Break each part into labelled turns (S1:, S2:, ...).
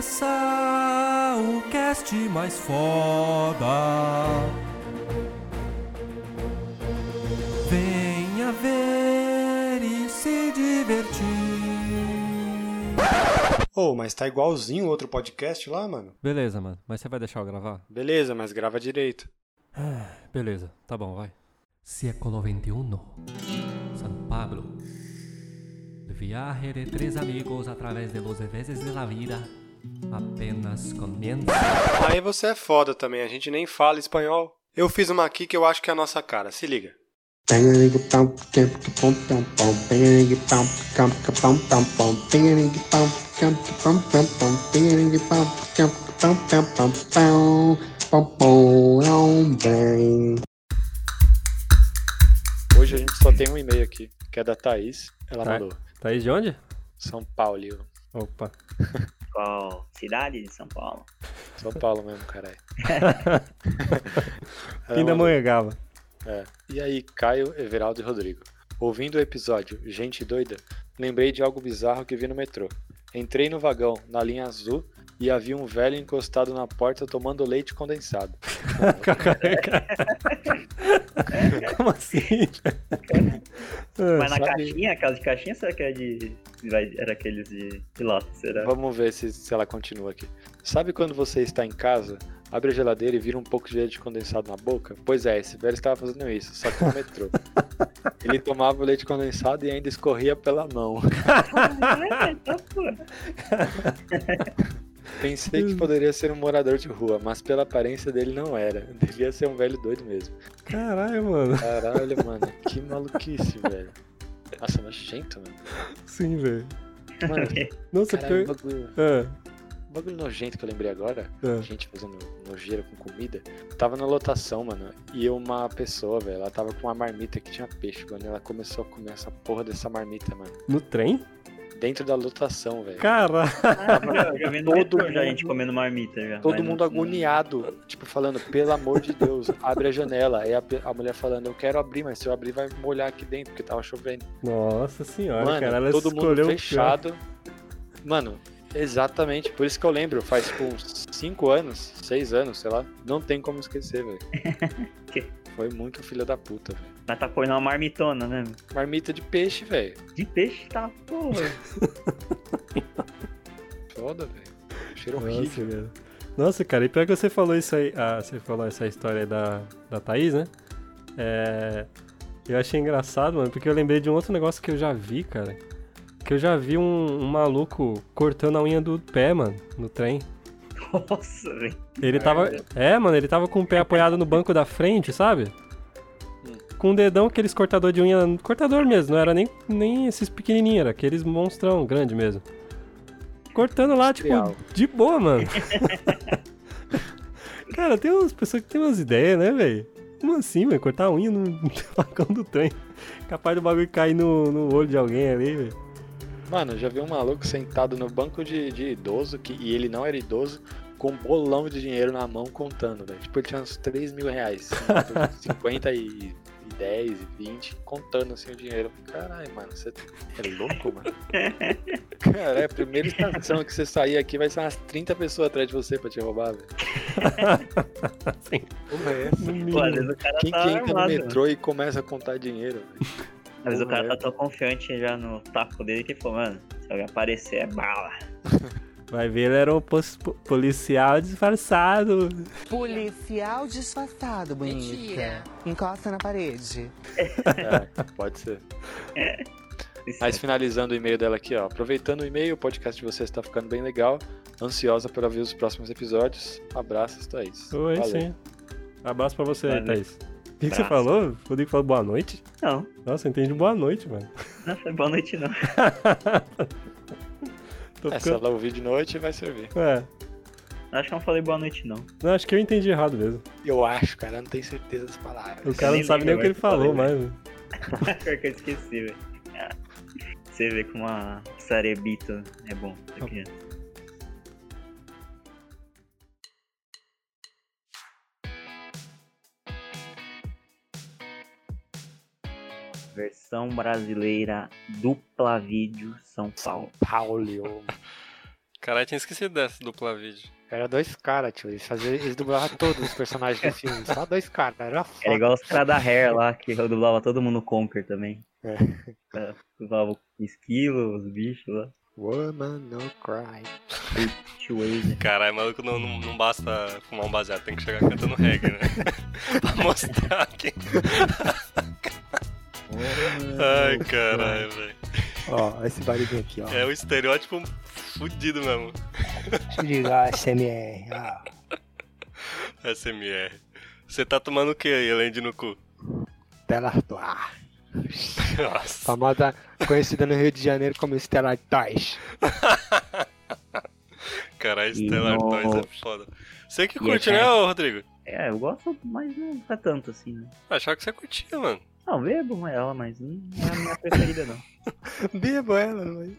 S1: começar o cast mais foda. Venha ver e se divertir.
S2: Ô, mas tá igualzinho o outro podcast lá, mano.
S1: Beleza, mano, mas você vai deixar eu gravar?
S2: Beleza, mas grava direito.
S1: Beleza, tá bom, vai. Século XXI, São Pablo. Viaje de três amigos através de los veces de la vida. Apenas comienza.
S2: Aí você é foda também, a gente nem fala espanhol. Eu fiz uma aqui que eu acho que é a nossa cara, se liga.
S3: Bang.
S4: Hoje a gente só tem um e-mail aqui, que é da Thaís. Ela
S1: Tá.
S4: mandou.
S1: Thaís de onde?
S4: São Paulo.
S1: Opa.
S5: Qual cidade de São Paulo?
S4: São Paulo mesmo, caralho. Ela mandou,
S1: Pindamonhangaba.
S4: é. E aí, Caio, Everaldo e Rodrigo. Ouvindo o episódio Gente Doida, lembrei de algo bizarro que vi no metrô. Entrei no vagão, na linha azul, e havia um velho encostado na porta tomando leite condensado.
S1: Como assim?
S5: Mas na
S4: É, sabe-
S5: caixinha, aquela de caixinha, será que é de. vai- Era aqueles de piloto, será? É,
S4: Vamos ver se, se ela continua aqui. Sabe quando você está em casa, abre a geladeira e vira um pouco de leite condensado na boca? Pois é, esse velho estava fazendo isso, só que no metrô. Ele tomava o leite condensado e ainda escorria pela mão.
S5: É, tá, pô.
S4: Ah, Pensei que poderia ser um morador de rua, mas pela aparência dele não era. Devia ser um velho doido mesmo.
S1: Caralho, mano.
S4: Caralho, mano, que maluquice, velho. Nossa, nojento, mano.
S1: Sim, velho.
S4: Mano,
S1: Nossa,
S4: caralho, um
S1: pior.
S4: bagulho,
S1: Ah,
S4: um bagulho nojento que eu lembrei agora.
S1: ah.
S4: gente fazendo nojeira com comida. Tava na lotação, mano. E uma pessoa, velho, ela tava com uma marmita que tinha peixe, mano. Ela começou a comer essa porra dessa marmita, mano.
S1: No trem?
S4: Dentro da lotação, velho.
S1: Caralho.
S5: Ah, eu já vi no
S4: Todo
S5: metrô já a
S4: mundo-
S5: gente comendo marmita já.
S4: Todo
S5: mas não-
S4: mundo
S1: assim,
S4: agoniado, tipo, falando, pelo amor de Deus, abre a janela. Aí a, pe- a mulher falando, eu quero abrir, mas se eu abrir vai molhar aqui dentro, porque tava chovendo.
S1: Nossa senhora,
S4: Mano,
S1: cara. Ela
S4: todo
S1: escolheu
S4: mundo
S1: o pior.
S4: fechado. Mano, exatamente. Por isso que eu lembro, faz tipo uns 5 anos, 6 anos, sei lá. Não tem como esquecer, velho.
S5: Que-
S4: Foi muito filha da puta, velho.
S5: Mas tá pôr uma marmitona, né? meu?
S4: Marmita de peixe, velho.
S5: De peixe tá, porra.
S4: Foda, velho. Cheiro
S1: Nossa,
S4: horrível.
S1: velho. Nossa, cara, e pior que você falou isso aí, ah, você falou essa história da, da Thaís, né? É, eu achei engraçado, mano, porque eu lembrei de um outro negócio que eu já vi, cara. Que eu já vi um, um maluco cortando a unha do pé, mano, no trem.
S5: Nossa, velho.
S1: Ele tava. É, mano, ele tava com o pé apoiado no banco da frente, sabe? Com o dedão, aqueles cortador de unha. Cortador mesmo, não era nem, nem esses pequenininhos, era aqueles monstrão grande mesmo. Cortando lá, tipo,
S4: Industrial.
S1: de boa, mano. Cara, tem umas pessoas que tem umas ideias, né, velho? Como assim, velho? Cortar a unha no no vagão do trem. Capaz do bagulho cair no, no olho de alguém ali, velho.
S4: Mano, eu já vi um maluco sentado no banco de, de idoso, que, e ele não era idoso, com um bolão de dinheiro na mão contando, velho. Tipo, ele tinha uns 3 mil reais. assim, 50 e, e 10, e 20, contando assim o dinheiro. Caralho, mano, você é louco, mano? Cara, é a primeira estação que você sair aqui vai ser umas 30 pessoas atrás de você pra te roubar, velho.
S1: Assim,
S4: Porra, é essa?
S1: no mínimo.
S5: Pô, às vezes o cara
S4: Quem
S5: tá
S4: que entra no
S5: armado. mano.
S4: metrô né? e começa a contar dinheiro, velho?
S5: Às vezes o cara
S4: Porra,
S5: tá tão confiante já no taco dele que ele falou, mano, se alguém aparecer é bala.
S1: Vai ver, ele era um pos- policial disfarçado.
S6: Policial disfarçado, bonita. Encosta na parede.
S4: É, pode ser. Mas finalizando o e-mail dela aqui, ó. Aproveitando o e-mail, o podcast de vocês tá ficando bem legal. Ansiosa para ver os próximos episódios. Abraços, Thaís.
S1: Oi,
S4: Valeu.
S1: sim. Abraço pra você,
S5: Valeu.
S1: Thaís. O que, que você
S5: Abraço.
S1: falou? O Rodrigo falou boa noite?
S5: Não,
S1: Nossa, eu entendi boa noite, mano.
S5: não foi boa noite não.
S1: Tô
S4: É, se
S1: ficando...
S4: ela ouvir de noite, vai servir.
S1: É,
S5: Acho que eu não falei boa noite não.
S1: não, acho que eu entendi errado mesmo.
S4: Eu acho, cara. eu Não tenho certeza das palavras.
S1: O cara não
S5: nem
S1: sabe nem o
S5: lembro
S1: que ele
S7: tá
S5: mais o que eu
S1: falou, né? mas.
S5: falei, Pior que eu esqueci, velho. Ah, Você vê como a sarebita é bom. Isso aqui. Versão brasileira dupla vídeo São Paulo.
S4: Paulo.
S1: Caralho, tinha esquecido dessa dupla vídeo.
S8: Era dois caras, tio. Eles, faziam, eles dublavam todos os personagens do filme. Só dois caras. Era
S5: Era
S8: foda.
S5: É igual os caras da Hair lá, que eu dublava todo mundo no Conker também. É. Dublava o esquilo, os bichos lá.
S8: Woman no cry.
S5: T-Waze.
S7: Caralho, maluco, não, não, não basta fumar um baseado, tem que chegar cantando reggae, né? pra mostrar que. Ai, caralho, velho.
S8: Ó, esse barulhinho aqui, ó.
S7: É um estereótipo fudido mesmo.
S8: Deixa eu ligar a SMR. Ah,
S7: SMR. Você tá tomando o que aí, além de no cu?
S8: Telartois.
S7: Nossa.
S8: Famosa, conhecida no Rio de Janeiro como Stellar Toys.
S7: Caralho, Stellar Toys é
S5: Nossa.
S7: foda. Você que
S5: E
S7: curte,
S5: é
S7: né,
S5: cara-
S7: ô, Rodrigo?
S5: É, eu gosto, mas não é tanto assim, né?
S7: Achava que você curtia, mano.
S5: Não, bebo ela, mas não é a minha preferida, não.
S8: Bebo ela, mas...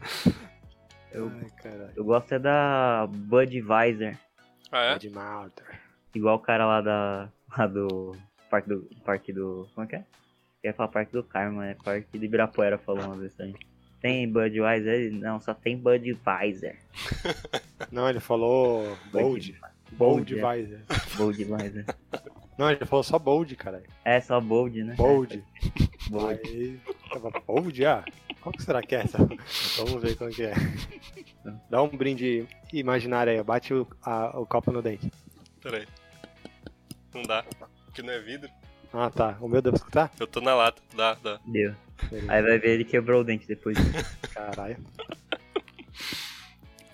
S5: Eu-
S8: Ai, caralho.
S5: Eu gosto é da Budweiser,
S7: Ah, é?
S8: De Malta.
S5: igual o cara lá da. lá do. Parque do. Parque do. Como é que é? Eu ia falar Parque do Karma, é Parque de Ibirapuera, falou uma vez também. Tem Budweiser? Não, só tem Budweiser.
S8: Não, ele falou Bold. Bold
S5: é.
S8: Weiser.
S5: Budweiser.
S8: Não, ele falou só Bold, caralho.
S5: É só Bold, né?
S8: Bold.
S5: Bold.
S8: Aí, tava Bold, ah? Qual que será que é essa? Vamos ver qual que é. Dá um brinde imaginário aí, bate o, a- o copo no dente.
S7: Pera aí. Não dá. Porque não é vidro.
S8: Ah, tá. O meu deu pra escutar?
S7: Eu tô na lata. Dá, dá.
S5: Deu.
S8: Beleza.
S5: Aí vai ver ele quebrou o dente depois.
S8: Caralho.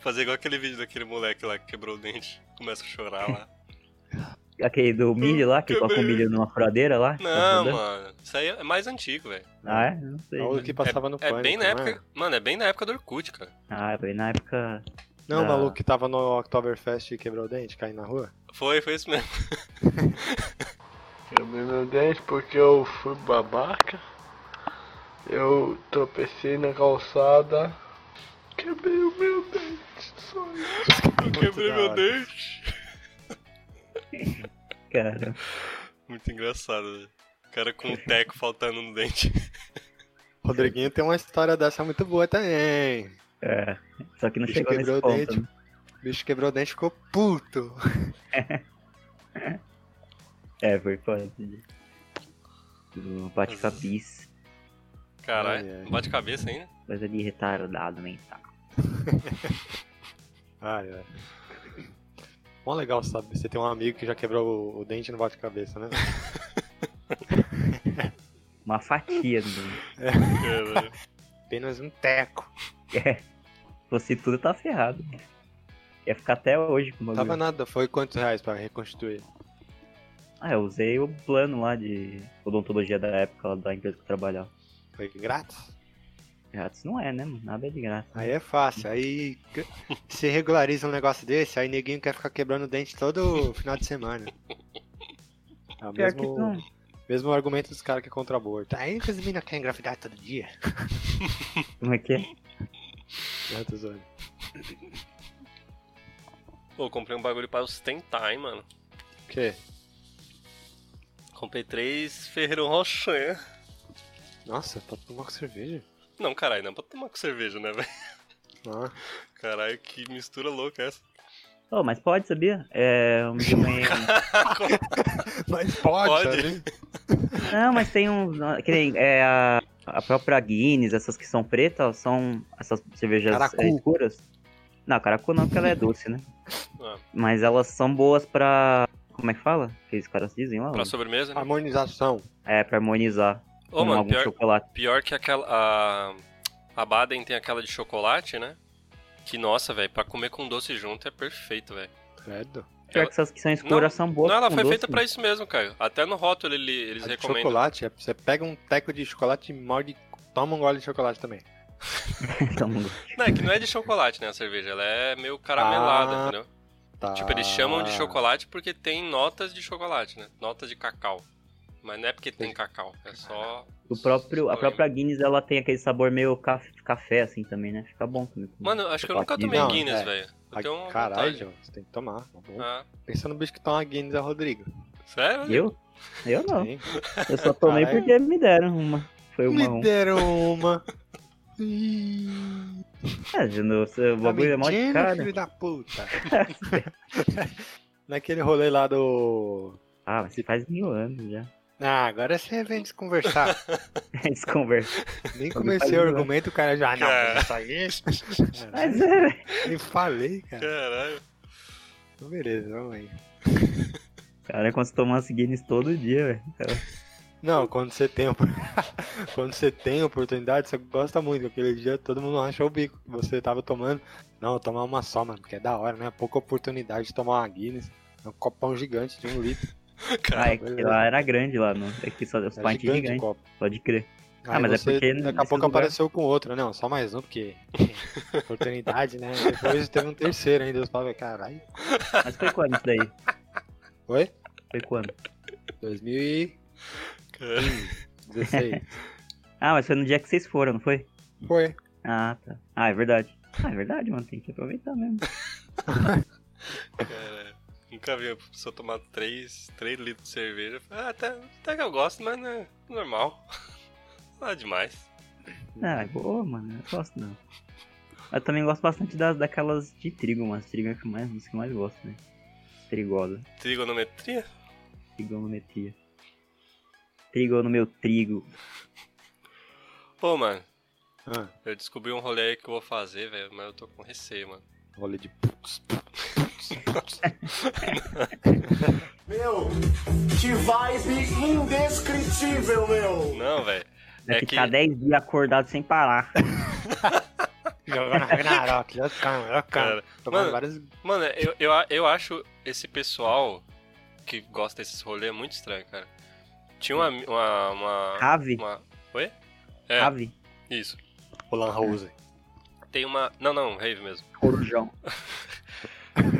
S7: Fazer igual aquele vídeo daquele moleque lá que quebrou o dente. Começa a chorar lá.
S5: Aquele do milho lá, que coloca o milho numa furadeira lá. que tá
S7: Não,
S8: Uhum.
S5: rodando.
S7: mano. Isso aí é mais antigo, velho.
S5: Ah, é? Não sei.
S8: É o que passava no
S7: É
S8: pânico, né?
S7: bem na
S8: não
S7: época. Mano, é bem na época do Orkut, cara.
S5: Ah, foi na época.
S8: Não, o
S5: Ah.
S8: maluco que tava no Oktoberfest e quebrou o dente, caindo na rua?
S7: Foi, foi isso mesmo.
S9: Quebrei meu dente porque eu fui babaca. Eu tropecei na calçada. Quebrei o meu dente. Só isso.
S7: Quebrei
S8: da
S7: meu
S8: hora.
S7: dente.
S5: Cara,
S7: Muito engraçado, velho. O cara com um teco faltando no dente.
S8: Rodriguinho tem uma história dessa muito boa também.
S5: é. Só que não
S8: Bicho
S5: chegou nesse
S8: quebrou o
S5: ponto.
S8: dente.
S5: né?
S8: O bicho quebrou o dente e ficou puto.
S5: É, foi foda. esse dia. Do bate-cabeça.
S8: Ai, ai.
S7: Caralho, bate cabeça né? ainda.
S5: Coisa de retardado mental.
S8: Ai, velho. Mó legal, sabe? Você tem um amigo que já quebrou o- o dente e não bate cabeça, né?
S5: Uma fatia do dente.
S7: Caralho.
S8: Apenas um teco.
S5: Você tudo tá ferrado. Ia ficar até hoje com o bagulho.
S8: Tava nada, foi quantos reais pra reconstituir?
S5: Ah, eu usei o plano lá de odontologia da época, lá da empresa que eu trabalhava.
S8: Foi grátis?
S5: Grátis não é, né, mano? Nada é de graça.
S8: Aí é fácil, aí se regulariza um negócio desse, aí neguinho quer ficar quebrando o dente todo final de semana. É o
S5: Pior que
S8: mesmo-
S5: não.
S8: Mesmo argumento dos caras que é contra aborto. Aí que as meninas querem engravidar todo dia.
S5: Como é que é?
S8: Né, tô zoando.
S7: Pô, eu comprei um bagulho pra ostentar, hein, mano.
S8: O quê?
S7: Comprei três Ferreiro Rocher.
S8: Nossa, pra tomar com cerveja?
S7: Não, caralho, não é pra tomar com cerveja, né, velho?
S8: Ah,
S7: Caralho, que mistura louca é essa.
S5: Oh, mas pode, sabia? É, um dia eu ganhei-
S8: mas pode, né?
S7: Pode.
S8: sabe?
S5: Não, mas tem uns. Que nem, é, a, a própria Guinness, essas que são pretas, são essas cervejas
S8: Caracu.
S5: é, escuras. Não, caracu não, porque ela é doce, né?
S7: Ah.
S5: Mas elas são boas pra. Como é que fala? Que os caras dizem lá?
S7: Pra sobremesa,
S1: Ah,
S7: né?
S8: Harmonização.
S5: É, pra harmonizar
S7: Ô,
S5: com
S7: mano,
S5: algum
S7: pior,
S5: chocolate.
S7: Pior que aquela. A, a Baden tem aquela de chocolate, né? Que nossa, velho, pra comer com doce junto é perfeito, velho.
S8: Credo.
S5: Pior
S7: ela-
S5: que essas que são escuras são boas.
S7: Não, ela
S5: com
S7: foi
S5: doce.
S7: feita
S8: né?
S7: pra isso mesmo, Caio. Até no rótulo ele, eles
S8: A de
S7: recomendam.
S8: chocolate, é- você pega um teco de chocolate e morde e toma um gole de chocolate também.
S5: Então, não-
S7: Não, é que não é de chocolate, né, a cerveja. Ela é meio caramelada,
S8: Ah,
S7: entendeu?
S8: Tá.
S7: Tipo, eles chamam de chocolate porque tem notas de chocolate, né? Notas de cacau. Mas não é porque tem cacau, é só.
S5: o próprio, a
S7: só
S5: própria Guinness, ela tem aquele sabor meio ca- café, assim também, né? Fica bom também.
S7: Mano, eu acho que eu nunca tomei
S8: Não,
S7: Guinness,
S8: é.
S7: velho. Eu
S8: Ah,
S7: tenho uma então,
S8: Caralho,
S7: vontade.
S8: João, você tem que tomar. Tá bom?
S7: Ah,
S8: Pensa no bicho que toma Guinness é o Rodrigo.
S7: sério?
S5: Eu? Eu não.
S8: Sim.
S5: Eu só tomei
S8: Caralho.
S5: um. porque me deram uma. Foi uma.
S8: Me
S5: um.
S8: deram uma.
S5: É, de novo, o
S8: Tá
S5: bagulho é mó de
S8: mentindo,
S5: cara.
S8: filho da puta. Naquele rolê lá do...
S5: Ah, mas faz mil anos já.
S8: Ah, agora você vem desconversar.
S5: Eles conversam.
S8: Nem
S5: Quando
S8: comecei
S5: faz
S8: o
S5: isso, né?
S8: argumento, o cara já... Não,
S7: Cara.
S8: mas isso aí...
S5: Mas é, velho.
S8: Nem falei, cara.
S7: Caralho.
S8: Então, beleza, vamos aí.
S5: Cara, é como se tomasse Guinness todo dia, velho. Então,
S8: Não, quando você tem opor- quando você tem oportunidade, você gosta muito. Aquele dia todo mundo rachou o bico que você tava tomando. Não, vou tomar uma só, mano, porque é da hora, né? Pouca oportunidade de tomar uma Guinness. É um copão gigante de um litro.
S5: Ah, é que
S8: beleza.
S5: lá era grande lá, não. É que só os
S8: É
S5: pints
S8: gigante o
S5: gigantes,
S8: copo.
S5: pode crer. Ah,
S8: Aí
S5: mas é
S8: você,
S5: porque
S8: Daqui a
S5: nesses
S8: pouco
S5: lugar-
S8: apareceu com outra. Não, só mais um, porque. oportunidade, né? Depois teve um terceiro ainda. Eu falei, caralho.
S5: Mas foi quando isso daí?
S8: Oi?
S5: Foi quando?
S8: 2016.
S5: Ah, mas foi no dia que vocês foram, não foi?
S8: Foi.
S5: Ah, tá. Ah, é verdade. Ah, é verdade, mano. Tem que aproveitar mesmo.
S7: Cara, nunca vi uma pessoa tomar 3, três litros de cerveja. Ah, até, até que eu gosto, mas não é normal. Nada demais.
S5: Ah, é boa, mano. Eu gosto não. Eu também gosto bastante das, daquelas de trigo, mano. As Trigo é que mais, as que eu mais gosto, né? Trigosa.
S7: Trigonometria?
S5: Trigonometria. Trigo no meu trigo.
S7: Pô, mano,
S8: Ah,
S7: eu descobri um rolê aí que eu vou fazer, velho, mas eu tô com receio, mano.
S8: rolê de.
S9: Meu, que vibe indescritível, meu.
S7: Não, velho.
S5: Vai
S7: É que-
S5: ficar 10 dias acordado sem parar.
S8: Jogando Ragnarok. Já cama, já cama.
S7: Cara,
S8: Tomando
S7: mano,
S8: várias
S7: Mano, eu, eu, a- eu acho esse pessoal que gosta desses rolês muito estranho, cara. Tinha uma. Uma. uma,
S5: Rave?
S7: uma- Oi? É,
S5: Rave?
S7: isso.
S8: Olan Rose.
S7: Tem uma. Não, não, rave mesmo.
S5: Corujão.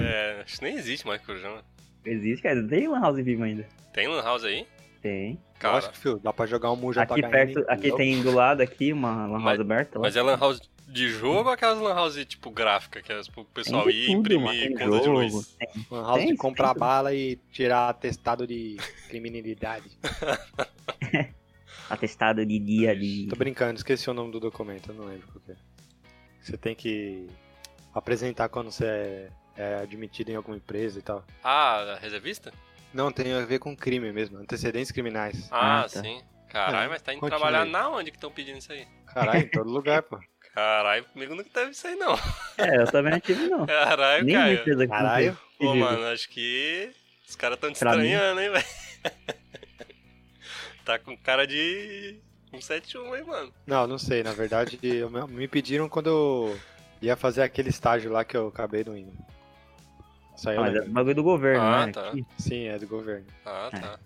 S7: É, acho que nem existe mais corujão. né?
S5: Existe, cara. Tem lan house viva ainda.
S7: Tem Lan House aí?
S5: Tem.
S8: Eu
S7: Cara,
S8: acho que, filho, dá pra jogar um Muja
S5: Aqui
S8: HM,
S5: perto, aqui
S8: entendeu?
S5: tem do lado aqui uma lan house
S7: Mas-
S5: aberta. lá.
S7: Mas é Lan House de jogo ou aquelas Lan House tipo gráfica, que é pro
S5: Tem
S7: pessoal
S5: de
S7: ir
S5: tudo, mano.
S7: imprimir
S5: Tem
S7: conta de
S5: jogo,
S7: luz?
S5: tem-
S8: Uma house
S5: Tem,
S8: de comprar
S5: tem.
S8: bala e tirar atestado de criminalidade.
S5: Atestado de dia de.
S8: Tô brincando, esqueci o nome do documento, eu não lembro qual que é. Você tem que apresentar quando você é, é admitido em alguma empresa e tal.
S7: Ah, reservista?
S8: Não, tem a ver com crime mesmo, antecedentes criminais.
S7: Ah,
S5: Ah, tá.
S7: sim. Caralho,
S8: Não,
S7: mas tá indo
S8: continua
S7: trabalhar
S8: aí.
S7: na onde que estão pedindo isso aí?
S8: Caralho, em todo lugar, pô.
S7: Caralho, comigo nunca teve isso aí não.
S5: É, eu também não tive, não.
S7: Caralho,
S5: Nem
S7: É, cara.
S5: certeza que não
S8: Caralho.
S5: teve.
S7: Pô, mano, acho que os caras tão te
S5: Pra mim?
S7: estranhando, hein, velho. tá com cara de 171 aí, mano.
S8: Não, não sei, na verdade, eu- me pediram quando eu ia fazer aquele estágio lá que eu acabei não indo. Isso aí
S5: Ah,
S8: eu
S5: Mas é
S8: lembro.
S5: bagulho do governo,
S7: Ah,
S5: né?
S7: tá.
S5: Aqui,
S8: Sim, é do governo.
S7: Ah, tá.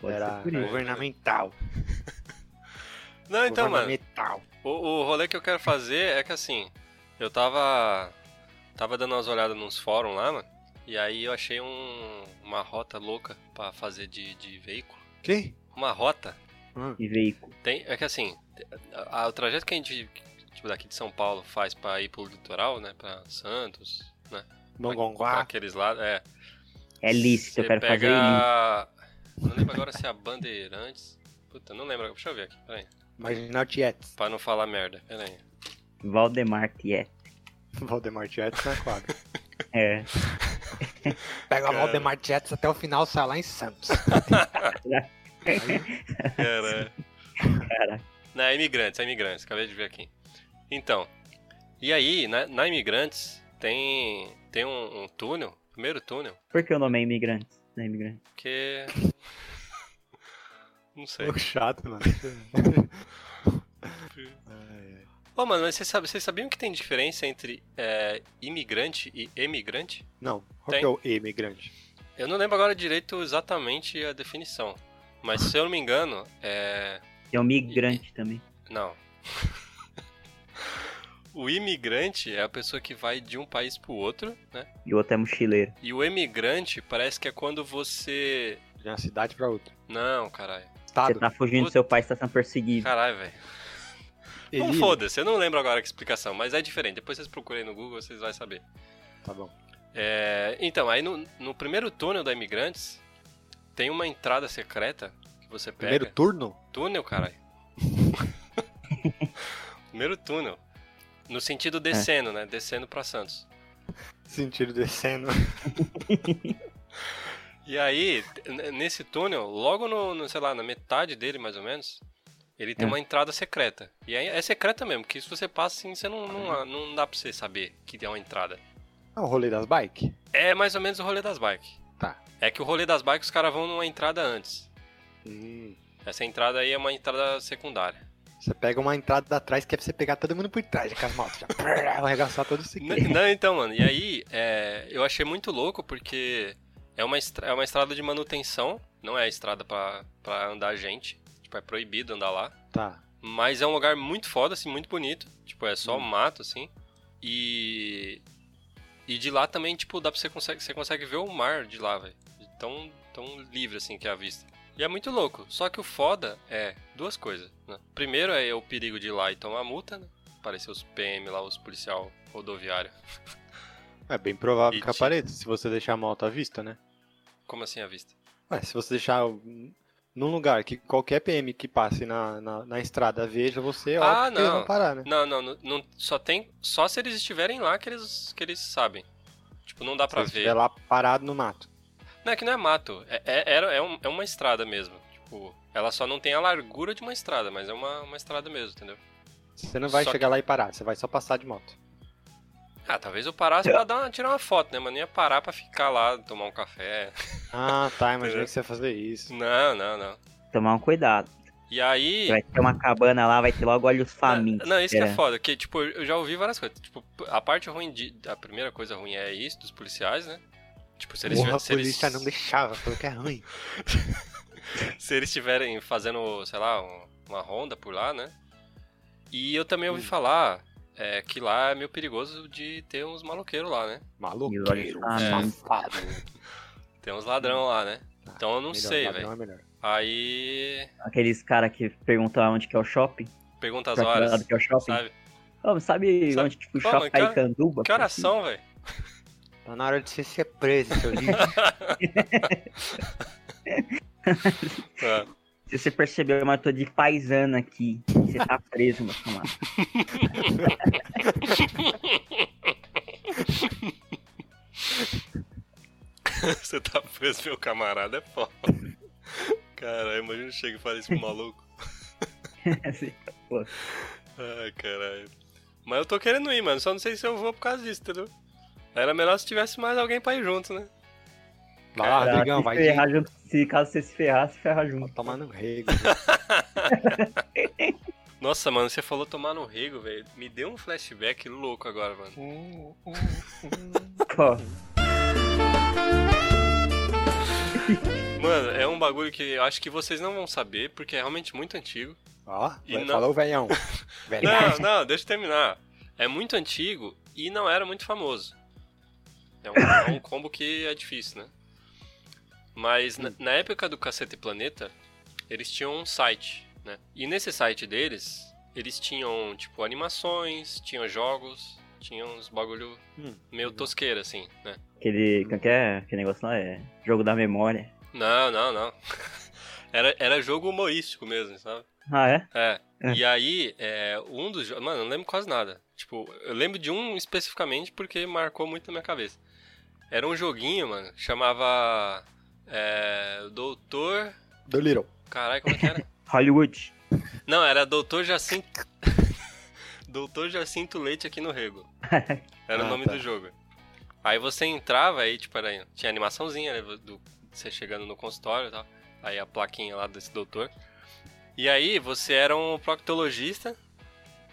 S5: pode
S8: Era
S5: ser por isso.
S8: governamental.
S5: É.
S7: Não, então, mano.
S8: governamental.
S7: O, o rolê que eu quero fazer é que assim, eu tava. Tava dando umas olhadas nos fóruns lá, mano. E aí eu achei um, uma rota louca pra fazer de, de veículo.
S8: Que?
S7: Uma rota.
S5: E veículo.
S7: Tem, é que assim, a- a- o trajeto que a gente, tipo, daqui de São Paulo faz pra ir pro litoral, né? Pra Santos, né? Pra
S8: Mongonguá.
S7: aqueles lados, é.
S5: É lícito, eu
S7: Você
S5: quero fazer ilícito.
S7: pega... Eu Não lembro agora se é a Bandeirantes. Puta, eu não lembro. Deixa eu ver aqui, peraí.
S8: Marginal Tietz.
S7: Pra não falar merda, peraí.
S5: Valdemar Tietê.
S8: Valdemar Tietz na quadra.
S5: É.
S8: Pega
S7: Cara.
S8: o Valdemar Jets até o final, sai lá em Santos.
S7: Cara.
S5: Cara.
S7: Na Imigrantes, é Imigrantes, acabei de ver aqui. Então, e aí, na, na Imigrantes tem, tem um, um túnel, primeiro túnel,
S5: Por que o nome é imigrantes? Não é imigrante.
S7: que. Não sei.
S8: Louco chato, mano.
S7: Ô, mano, mas vocês, sabe, vocês sabiam que tem diferença entre é, imigrante e emigrante?
S8: Não, qual
S7: Tem.
S8: que é o imigrante?
S7: Eu não lembro agora direito exatamente a definição. Mas se eu não me engano, é.
S5: Tem um migrante também.
S7: Não. o imigrante é a pessoa que vai de um país pro outro, né?
S5: E o outro é mochileiro.
S7: E o emigrante parece que é quando você.
S8: De uma cidade pra outra.
S7: Não, caralho.
S5: Você
S8: Estado.
S5: tá fugindo do seu pai, você tá sendo perseguido.
S7: Caralho, velho. Não
S8: Ele-
S7: foda-se, eu não lembro agora a explicação, mas é diferente. Depois vocês procurem no Google, vocês vão saber.
S8: Tá bom.
S7: É, então, aí no, no primeiro túnel da Imigrantes, tem uma entrada secreta que você pega.
S8: Primeiro turno?
S7: túnel, caralho. primeiro túnel. No
S8: É.
S7: sentido descendo, né? Descendo pra Santos.
S8: Sentido descendo.
S7: E aí, n- nesse túnel, logo no, no, sei lá, na metade dele mais ou menos, ele tem
S5: É.
S7: uma entrada secreta. E aí é secreta mesmo, que se você passa assim, você não, não, não dá pra você saber que tem uma entrada.
S8: É o rolê das bikes?
S7: É mais ou menos o rolê das bikes.
S8: Tá.
S7: É que o rolê das bikes os caras vão numa entrada antes.
S8: Hum.
S7: Essa entrada aí é uma entrada secundária.
S8: Você pega uma entrada da trás que é pra você pegar todo mundo por trás, com as motos. Já, prrr, arregaçar todo esse
S7: N- não, então, mano, e aí é, eu achei muito louco porque é uma, estra- é uma estrada de manutenção, não é a estrada pra, pra andar gente. Tipo, é proibido andar lá.
S8: Tá.
S7: Mas é um lugar muito foda, assim, muito bonito. Tipo, é só mato, assim. E. E de lá também, tipo, dá pra você consegue, você consegue ver o mar de lá, velho. De Tão, tão livre, assim, que é a vista. E é muito louco. Só que o foda é duas coisas, né? Primeiro é o perigo de ir lá e tomar multa, né? Aparecer os PM lá, os policial rodoviário.
S8: É bem provável
S7: E ti-
S8: que apareça, se você deixar a moto à vista, né?
S7: Como assim a vista?
S8: Ué, se você deixar um- num lugar que qualquer PM que passe na, na, na estrada veja você, ó,
S7: Ah,
S8: que eles
S7: não.
S8: vão parar, né?
S7: Não, não, não, não- só tem. Só se eles estiverem lá que eles, que eles sabem. Tipo, não dá pra
S8: se você
S7: ver.
S8: estiver lá parado no mato.
S7: Não, é que não é mato. É, é, era- é, um- é uma estrada mesmo. Tipo, ela só não tem a largura de uma estrada, mas é uma, uma estrada mesmo, entendeu?
S8: Você não vai
S7: Só
S8: chegar lá e parar, você vai só passar de moto.
S7: Ah, talvez eu parasse pra dar uma- tirar uma foto, né? Mas não ia parar pra ficar lá, tomar um café.
S8: Ah, tá, imagina
S7: Entendeu?
S8: que você ia fazer isso.
S7: Não, não, não.
S5: Tomar um cuidado.
S7: E aí.
S5: Vai ter uma cabana lá, vai ter logo olhos famintos.
S7: Não, isso que é
S5: esperando.
S7: foda, que, tipo, eu já ouvi várias coisas. Tipo, a parte ruim de. A primeira coisa ruim é isso, dos policiais, né? Tipo, se eles
S8: Porra, a
S7: tivessem- se
S8: polícia
S7: eles-
S8: não deixava, falou que é ruim.
S7: se eles estiverem fazendo, sei lá, um- uma ronda por lá, né? E eu também ouvi
S8: Hum.
S7: falar é, que lá é meio perigoso de ter uns maloqueiros lá, né?
S5: E os
S8: Maluqueiro,
S5: olhos famintos.
S8: safado.
S7: Tem uns ladrão lá, né? Então eu não
S8: Melhor,
S7: sei,
S8: ladrão
S7: velho.
S8: é melhor.
S7: Aí.
S5: Aqueles caras que perguntam onde que é o shopping.
S7: Pergunta as
S5: pra que
S7: horas.
S5: lado que é o shopping.
S7: Sabe?
S5: Ô, sabe,
S7: Sabe-
S5: onde que o
S7: Ô,
S5: shopping
S7: mano, que hora-
S5: Caetanduba?
S7: Que horas são, velho?
S8: Tá na hora de você ser preso, seu lixo.
S7: É.
S5: Se você percebeu, mas eu tô de paisana aqui. Você tá preso, meu camarada.
S7: Você tá preso, meu camarada, é foda. Caralho, imagina eu chego e falo isso pro maluco. Ai, caralho. Mas eu tô querendo ir, mano. Só não sei se eu vou por causa disso, entendeu? Era melhor se tivesse mais alguém pra ir junto, né?
S8: Vai lá, Rodrigão,
S5: se
S8: vai de...
S5: ferrar junto. Se caso você se ferrar, se ferra junto.
S8: tomar no rego.
S7: Nossa, mano, você falou tomar no rego, velho. Me deu um flashback louco agora, mano.
S5: Ó,
S7: Mano, é um bagulho que eu acho que vocês não vão saber, porque é realmente muito antigo.
S8: Ó,
S7: E
S8: vai-
S7: não-
S8: falou o velhão. Velhão.
S7: Não, não, deixa eu terminar. É muito antigo e não era muito famoso. É um, é um combo que é difícil, né? Mas na, na época do Cacete Planeta, eles tinham um site, né? E nesse site deles, eles tinham, tipo, animações, tinham jogos, tinham uns bagulho
S8: Hum,
S7: meio tosqueiro, assim, né?
S5: aquele, como que é? aquele negócio lá é jogo da memória.
S7: Não, não, não. Era, era jogo humorístico mesmo, sabe?
S5: Ah, é?
S7: É.
S5: É.
S7: E aí, é, um dos jogos. Mano, eu não lembro quase nada. Tipo, eu lembro de um especificamente porque marcou muito na minha cabeça. Era um joguinho, mano, chamava. É, Doutor.
S8: Do Little.
S7: Caralho, como é que era?
S5: Hollywood.
S7: não, era Doutor Jacinto. Doutor Jacinto Leite aqui no Rego. Era o
S8: Ah,
S7: nome
S8: tá.
S7: do jogo. Aí você entrava aí, tipo, era, tinha animaçãozinha, né? Do, você chegando no consultório e tal. Aí a plaquinha lá desse doutor. E aí você era um proctologista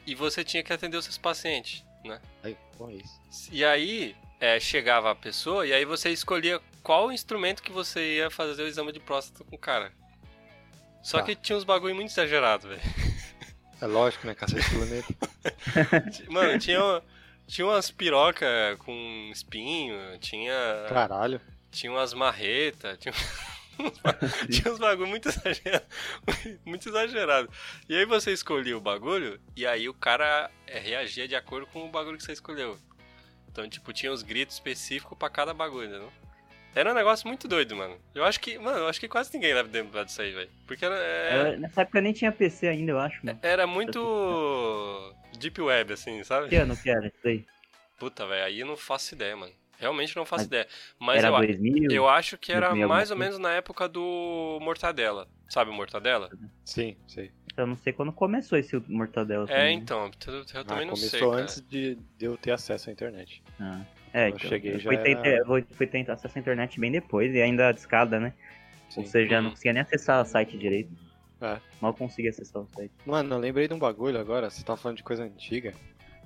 S7: e você tinha que atender os seus pacientes, né?
S8: Aí, porra, isso.
S7: E aí é, chegava a pessoa e aí você escolhia qual instrumento que você ia fazer o exame de próstata com o cara. Só
S8: Tá.
S7: que tinha uns bagulho muito exagerado, velho.
S8: É lógico, né? Cacete do planeta.
S7: Mano, tinha, uma- tinha umas piroca com espinho, tinha.
S8: Caralho.
S7: Tinha umas marretas, tinha, uns ba- tinha uns bagulho muito exagerado, muito exagerado. E aí você escolhia o bagulho, e aí o cara é, reagia de acordo com o bagulho que você escolheu. Então, tipo, tinha uns gritos específicos pra cada bagulho, né? Era um negócio muito doido, mano. Eu acho que, mano, eu acho que quase ninguém deve lembrar disso aí, velho. Porque era, é-
S5: Eu- nessa época eu nem tinha PC ainda, eu acho, mano.
S7: era muito Deep Web, assim, sabe?
S5: Que ano que era isso aí?
S7: Puta, velho, aí eu não faço ideia, mano. Realmente não faço ideia. Mas
S5: Era
S7: eu, a-
S5: 2000?
S7: eu acho que era
S5: 2000,
S7: mais ou
S5: alguma
S7: menos na época do Mortadela. Sabe o Mortadela?
S8: Sim, sei.
S5: Eu Então, não sei quando começou esse Mortadela.
S7: É,
S5: também.
S7: então. Eu, eu
S8: Ah,
S7: também não
S8: começou
S7: sei, cara.
S8: antes de de eu ter acesso à internet.
S5: Ah, é,
S8: Eu
S5: então,
S8: cheguei,
S5: eu
S8: já
S5: fui, ter,
S8: era-
S5: eu fui- fui tentar acessar a internet bem depois, e ainda discada, né?
S8: Sim.
S5: Ou seja, eu não
S7: Hum.
S5: conseguia nem acessar o site direito.
S8: É.
S5: Mal consegui acessar o site.
S8: Mano, eu lembrei de um bagulho agora, você tá falando de coisa antiga.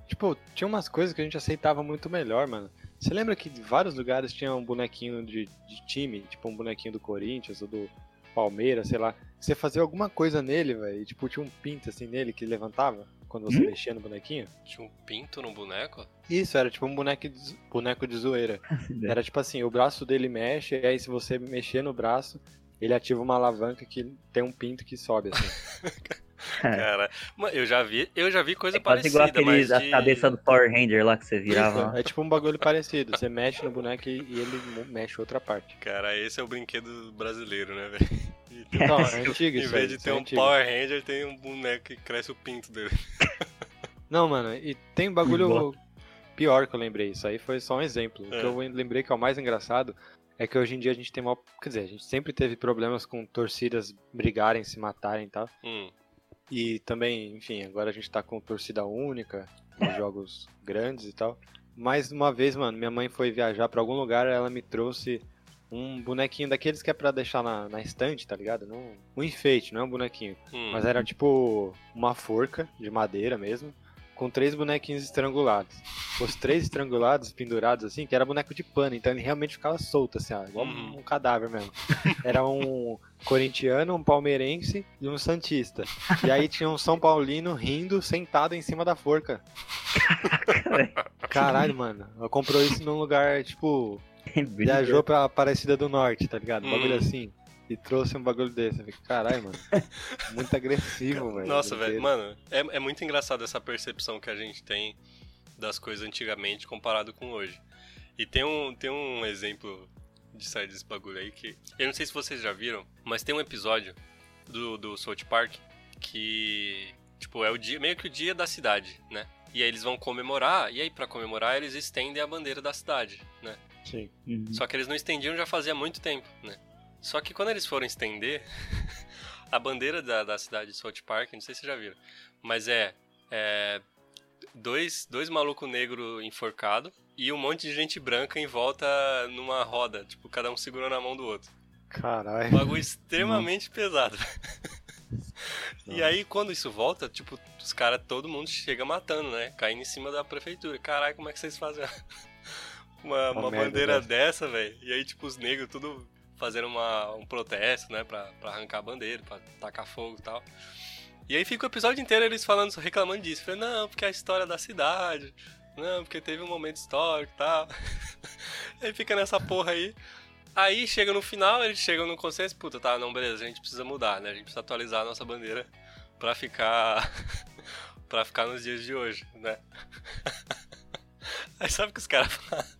S8: Tipo, tinha umas coisas que a gente aceitava muito melhor, mano. Você lembra que em vários lugares tinha um bonequinho de, de time, tipo um bonequinho do Corinthians ou do Palmeiras, sei lá. que Você fazia alguma coisa nele, velho, e tipo, tinha um pinto assim nele que levantava quando você mexia no bonequinho.
S7: Tinha um pinto no boneco?
S8: Isso, era tipo um boneco de, zo- boneco de zoeira. Era tipo assim, o braço dele mexe, e aí se você mexer no braço, ele ativa uma alavanca que tem um pinto que sobe, assim.
S5: É.
S7: Cara, mano, eu já vi, eu já vi coisa
S5: É quase igual
S7: parecida,
S5: aqueles,
S7: mas
S5: a
S7: de-
S5: cabeça do Power Ranger lá que você virava. né? lá.
S8: Isso, é tipo um bagulho parecido. Você mexe no boneco e e ele mo- mexe outra parte.
S7: Cara, esse é o brinquedo brasileiro, né, velho? E tem-
S8: Não, é antigo
S7: Em
S8: isso. aí,
S7: vez de
S8: isso
S7: ter
S8: é
S7: um
S8: antigo.
S7: Power Ranger, tem um boneco que cresce o pinto dele.
S8: Não, mano, e tem um bagulho pior que eu lembrei. Isso aí foi só um exemplo. O
S7: É.
S8: que eu lembrei que é o mais engraçado é que hoje em dia a gente tem mal. Quer dizer, a gente sempre teve problemas com torcidas brigarem, se matarem e tal.
S7: Hum.
S8: E também, enfim, agora a gente tá com torcida única, nos jogos grandes e tal. Mais uma vez, mano, minha mãe foi viajar pra algum lugar, ela me trouxe um bonequinho daqueles que é pra deixar na, na estante, tá ligado? Não, um enfeite, não é um bonequinho.
S7: Hum.
S8: Mas era tipo uma forca de madeira mesmo, com três bonequinhos estrangulados. Os três estrangulados, pendurados assim, que era boneco de pano, então ele realmente ficava solto, assim, ó, igual
S7: Uhum.
S8: um cadáver mesmo. Era um corintiano, um palmeirense e um santista. E aí tinha um São Paulino rindo, sentado em cima da forca. Caralho, mano. Ela comprou isso num lugar, tipo, viajou pra Aparecida do Norte, tá ligado? Um bagulho
S7: Hum.
S8: assim. E trouxe um bagulho desse. Eu falei, Caralho, mano. Muito agressivo, velho.
S7: Nossa, velho,
S8: Inteiro.
S7: mano, é, é muito engraçado essa percepção que a gente tem das coisas antigamente comparado com hoje. E tem um, tem um exemplo de sair desse bagulho aí que. Eu não sei se vocês já viram, mas tem um episódio do, do South Park que. Tipo, é o dia, meio que o dia da cidade, né? E aí eles vão comemorar, e aí pra comemorar eles estendem a bandeira da cidade, né?
S8: Sim.
S5: Uhum.
S7: Só que eles não estendiam já fazia muito tempo, né? Só que quando eles foram estender, a bandeira da, da cidade de South Park, não sei se vocês já viram, mas é, é, dois, dois malucos negros enforcados e um monte de gente branca em volta numa roda, tipo, cada um segurando a mão do outro. Um
S8: Caralho.
S7: bagulho extremamente pesado. E aí, quando isso volta, tipo, os caras, todo mundo chega matando, né? Caindo em cima da prefeitura. Caralho, como é que vocês fazem uma,
S8: Uma
S7: uma
S8: merda
S7: bandeira dessa, velho? E aí, tipo, os negros tudo fazendo uma, um protesto, né? Pra, pra arrancar a bandeira, pra tacar fogo e tal. E aí fica o episódio inteiro eles falando, reclamando disso. Falei, não, porque é a história da cidade. Não, porque teve um momento histórico e tal. aí fica nessa porra aí. Aí chega no final, eles chegam no consenso, puta, tá, não, beleza, a gente precisa mudar, né? A gente precisa atualizar a nossa bandeira pra ficar. pra ficar nos dias de hoje, né? Aí sabe o que os caras fazem?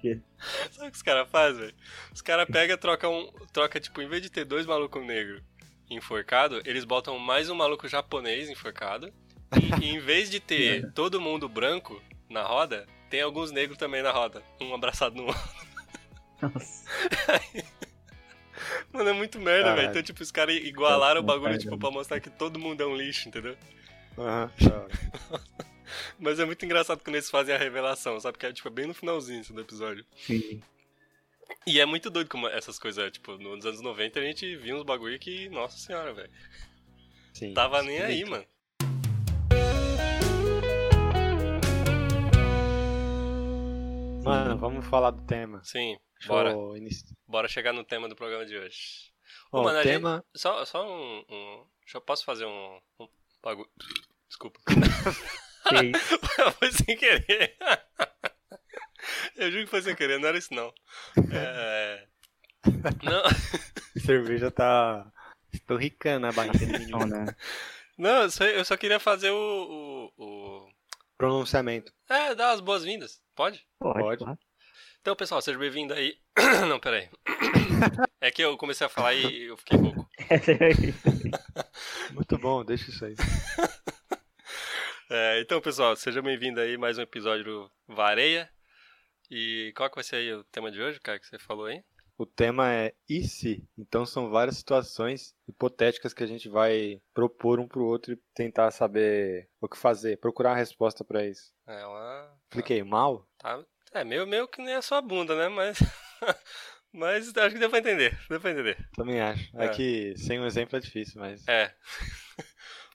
S5: quê?
S7: Sabe o que os caras fazem, velho? Os caras pegam e trocam, um, troca, tipo, em vez de ter dois malucos negros enforcado, eles botam mais um maluco japonês enforcado. E, e em vez de ter todo mundo branco na roda, tem alguns negros também na roda, um abraçado no outro.
S5: Nossa.
S7: Mano, é muito merda,
S8: Caralho.
S7: velho. Então, tipo, os caras igualaram o bagulho,
S5: Caralho.
S7: tipo, pra mostrar que todo mundo é um lixo, entendeu?
S8: Aham, da hora.
S7: Mas é muito engraçado quando eles fazem a revelação, sabe? Porque é tipo, bem no finalzinho assim, do episódio.
S5: Sim.
S7: E é muito doido como essas coisas, tipo, nos anos 90 a gente via uns bagulho que, nossa senhora, velho.
S8: Sim.
S7: Tava nem aí, mano.
S8: Mano, vamos falar do tema.
S7: Sim,
S8: Deixa
S7: bora.
S8: eu inici-
S7: Bora chegar no tema do programa de hoje.
S8: Ó,
S7: mano, a
S8: o tema.
S7: Só, só um, um. deixa eu- Posso fazer um. um bagulho. Desculpa.
S5: Que isso?
S7: foi sem querer. Eu juro que foi sem querer, não era isso não. É. Não.
S8: Cerveja tá. Estou ricando a barriga do menino.
S5: Não, né?
S7: Não, eu só, eu só queria fazer o. o, o-
S8: Pronunciamento.
S7: É, dar as boas-vindas. Pode?
S5: Pode.
S8: Pode.
S5: claro.
S7: Então, pessoal, seja bem-vindo aí. Não, peraí. É que eu comecei a falar e eu fiquei louco.
S5: É,
S8: Muito bom, deixa isso aí.
S7: É, então, pessoal, sejam bem-vindos aí a mais um episódio do Vareia. E qual que vai ser aí o tema de hoje, cara, que você falou aí?
S8: O tema é e se? Então são várias situações hipotéticas que a gente vai propor um pro outro e tentar saber o que fazer, procurar a resposta pra isso.
S7: É uma...
S8: Expliquei mal?
S7: Tá, é meio, meio que nem a sua bunda, né? Mas, mas acho que deu pra entender, deu pra entender.
S8: Também acho. É,
S7: É.
S8: que sem um exemplo é difícil, mas
S7: É.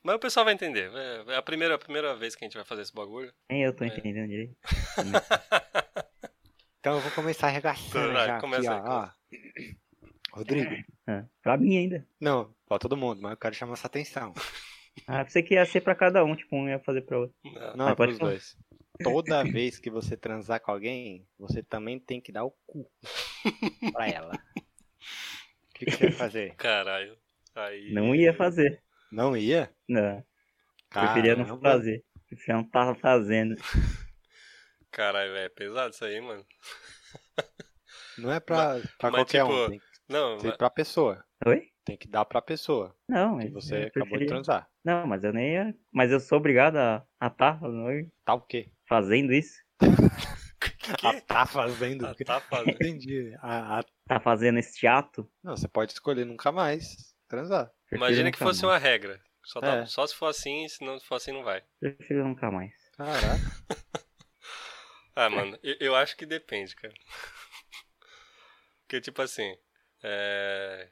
S7: Mas o pessoal vai entender. É é a primeira, a primeira vez que a gente vai fazer esse bagulho.
S5: Nem eu tô entendendo direito.
S8: Então eu vou começar arregaçando
S7: Vai,
S8: já
S7: começa aí,
S8: aqui, ó. ó. Rodrigo.
S5: Ah, pra mim ainda.
S8: Não, pra todo mundo, mas eu quero chamar sua atenção.
S5: Ah, pensei que ia ser pra cada um, tipo, um ia fazer pra outro.
S7: Não.
S8: Não,
S5: Ah,
S8: é
S5: pode
S8: pros
S5: falar.
S8: dois. Toda vez que você transar com alguém, você também tem que dar o cu pra ela. O que, que você ia fazer?
S7: Caralho. Aí...
S5: Não ia fazer.
S8: Não ia?
S5: Não, preferia não
S8: Caramba.
S5: fazer. Preferia não tava fazendo.
S7: Caralho, é pesado isso aí, mano.
S8: Não é pra, pra
S7: mas,
S8: qualquer
S7: tipo,
S8: um, tem
S7: Não,
S8: que ser pra pessoa.
S5: Oi?
S8: Tem que dar pra pessoa
S5: Não,
S8: que
S5: mas
S8: você
S5: eu
S8: acabou de
S5: preferia-
S8: transar.
S5: Não, mas eu nem ia. Mas eu sou obrigado a a tá falando-
S8: Tá o quê?
S5: fazendo isso.
S7: Que?
S8: Ah, tá fazendo.
S7: mas... tá fazendo.
S8: Entendi. Ah, ah,
S5: Tá fazendo esse ato.
S8: Não, você pode escolher nunca mais transar.
S5: Prefiro
S7: Imagina
S5: nunca
S7: que fosse
S5: mais.
S7: uma regra. Só, tá-
S8: É.
S7: só se for assim, se não for assim, não vai.
S5: Prefiro nunca mais.
S8: Caraca.
S7: Ah, mano, eu, eu acho que depende, cara. Porque, tipo assim, é...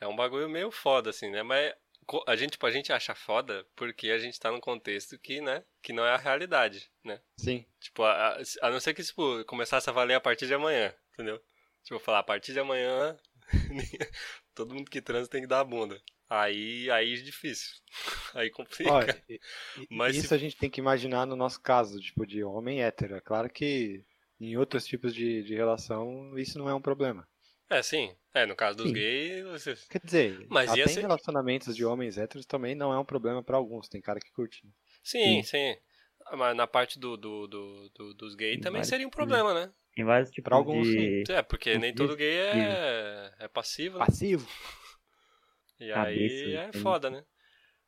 S7: é um bagulho meio foda, assim, né? Mas co- a gente, tipo, a gente acha foda porque a gente tá num contexto que, né, que não é a realidade, né?
S8: Sim.
S7: Tipo, a, a- a não ser que, tipo, começasse a valer a partir de amanhã, entendeu? Tipo, falar, a partir de amanhã, todo mundo que transa tem que dar a bunda. Aí, aí é difícil. Aí complica.
S8: Olha, e- e-
S7: Mas
S8: isso
S7: se-
S8: a gente tem que imaginar no nosso caso, tipo, de homem hétero. É claro que em outros tipos de, de relação isso não é um problema.
S7: É, sim. É, no caso dos
S5: Sim.
S7: gays, você...
S8: Quer dizer,
S7: Mas
S8: até
S7: ia
S8: em
S7: ser-
S8: relacionamentos de homens héteros também não é um problema pra alguns. Tem cara que curte. né?
S7: Sim, sim. Ah, Mas na parte do, do, do- do- dos gays
S5: Tem
S7: também
S5: vários
S7: seria um problema, né?
S5: Tem vários tipos
S8: Pra alguns,
S5: de Ah,
S7: É, porque nem todo gay é, é passivo, né?
S8: Passivo.
S7: E aí
S5: Cabeça,
S7: é
S5: tem
S7: foda, né?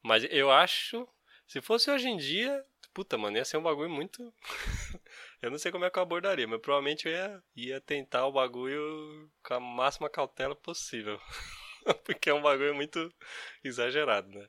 S7: Mas eu acho, se fosse hoje em dia, puta, mano, ia ser um bagulho muito. eu não sei como é que eu abordaria, mas provavelmente eu ia, ia tentar o bagulho com a máxima cautela possível. porque é um bagulho muito exagerado, né?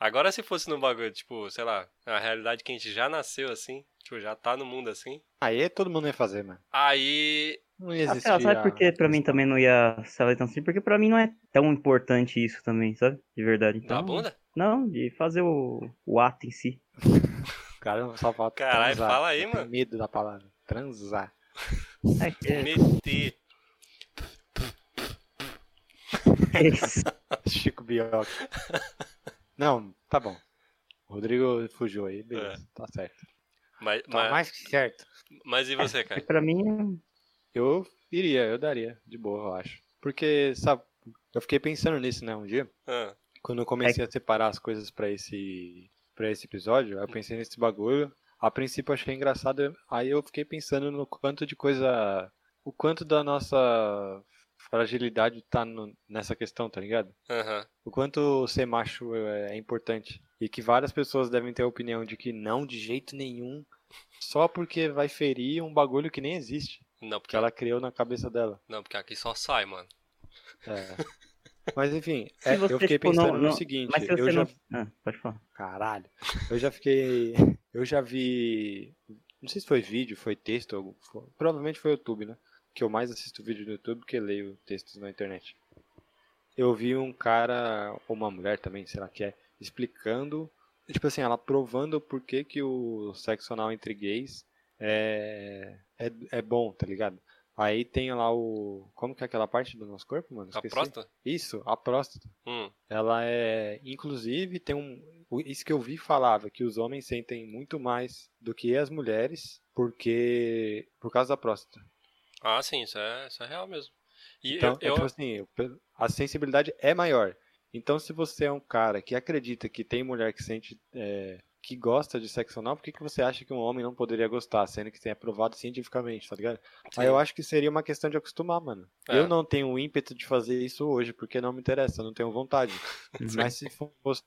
S7: Agora, se fosse num bagulho, tipo, sei lá, a realidade que a gente já nasceu assim, tipo, já tá no mundo assim,
S8: Aí todo mundo ia fazer, mano.
S7: aí.
S8: Não ia
S5: Ah,
S8: existir.
S5: cara,
S8: a-
S5: sabe por que pra mim também não ia saber tão assim? Porque pra mim não é tão importante isso também, sabe? De verdade.
S7: Dá
S5: Então,
S7: a bunda?
S5: Não, de fazer o, o ato em si.
S8: O cara não só fala
S7: Caralho,
S8: transar.
S7: fala aí,
S8: Eu tenho
S7: mano.
S8: medo da palavra. Transar.
S5: É que é
S7: Meter.
S5: é isso.
S8: Chico Bioca. Não, tá bom. O Rodrigo fugiu aí, beleza. Tá certo.
S7: Mas,
S8: Tá
S7: mas,
S8: mais que certo.
S7: mas e você, cara?
S5: Pra mim,
S8: Eu iria, eu daria, de boa, eu acho. Porque, sabe, eu fiquei pensando nisso, né, um dia.
S7: Ah,
S8: Quando eu comecei a separar as coisas pra esse para esse episódio, eu pensei nesse bagulho. A princípio eu achei engraçado, aí eu fiquei pensando no quanto de coisa, o quanto da nossa fragilidade tá no- nessa questão, tá ligado?
S7: Aham.
S8: O quanto ser macho é é importante. E que várias pessoas devem ter a opinião de que não, de jeito nenhum, só porque vai ferir um bagulho que nem existe,
S7: Não, porque
S8: que ela criou na cabeça dela.
S7: Não, porque aqui só sai, mano.
S8: É. Mas enfim,
S5: Se
S8: é,
S5: você,
S8: eu fiquei
S5: tipo, não-
S8: pensando no
S5: não-
S8: seguinte,
S5: mas se
S8: eu
S5: você
S8: já.
S5: não. Ah, pode falar.
S8: Caralho. Eu já fiquei. Eu já vi. Não sei se foi vídeo, foi texto, algum- foi- provavelmente foi YouTube, né? Que eu mais assisto vídeo no YouTube que leio textos na internet. Eu vi um cara, ou uma mulher também, sei lá que é, explicando. Tipo assim, ela provando por que, que o sexo anal entre gays é, é, é bom, tá ligado? Aí tem lá o. Como que é aquela parte do nosso corpo, mano?
S7: A
S8: Esqueci.
S7: próstata?
S8: Isso, a próstata.
S7: Hum.
S8: Ela é, inclusive, tem um. o- Isso que eu vi falava, que os homens sentem muito mais do que as mulheres, porque. por causa da próstata.
S7: Ah, sim, isso é, isso é real mesmo. E
S8: Então,
S7: eu,
S8: é
S7: eu-
S8: tipo assim, eu pe- a sensibilidade é maior. Então, se você é um cara que acredita que tem mulher que sente é, que gosta de sexo anal, por que, que você acha que um homem não poderia gostar, sendo que tem aprovado cientificamente, tá ligado? Aí eu acho que seria uma questão de acostumar, mano.
S7: É.
S8: Eu não tenho o ímpeto de fazer isso hoje, porque não me interessa, eu não tenho vontade. Mas se fosse.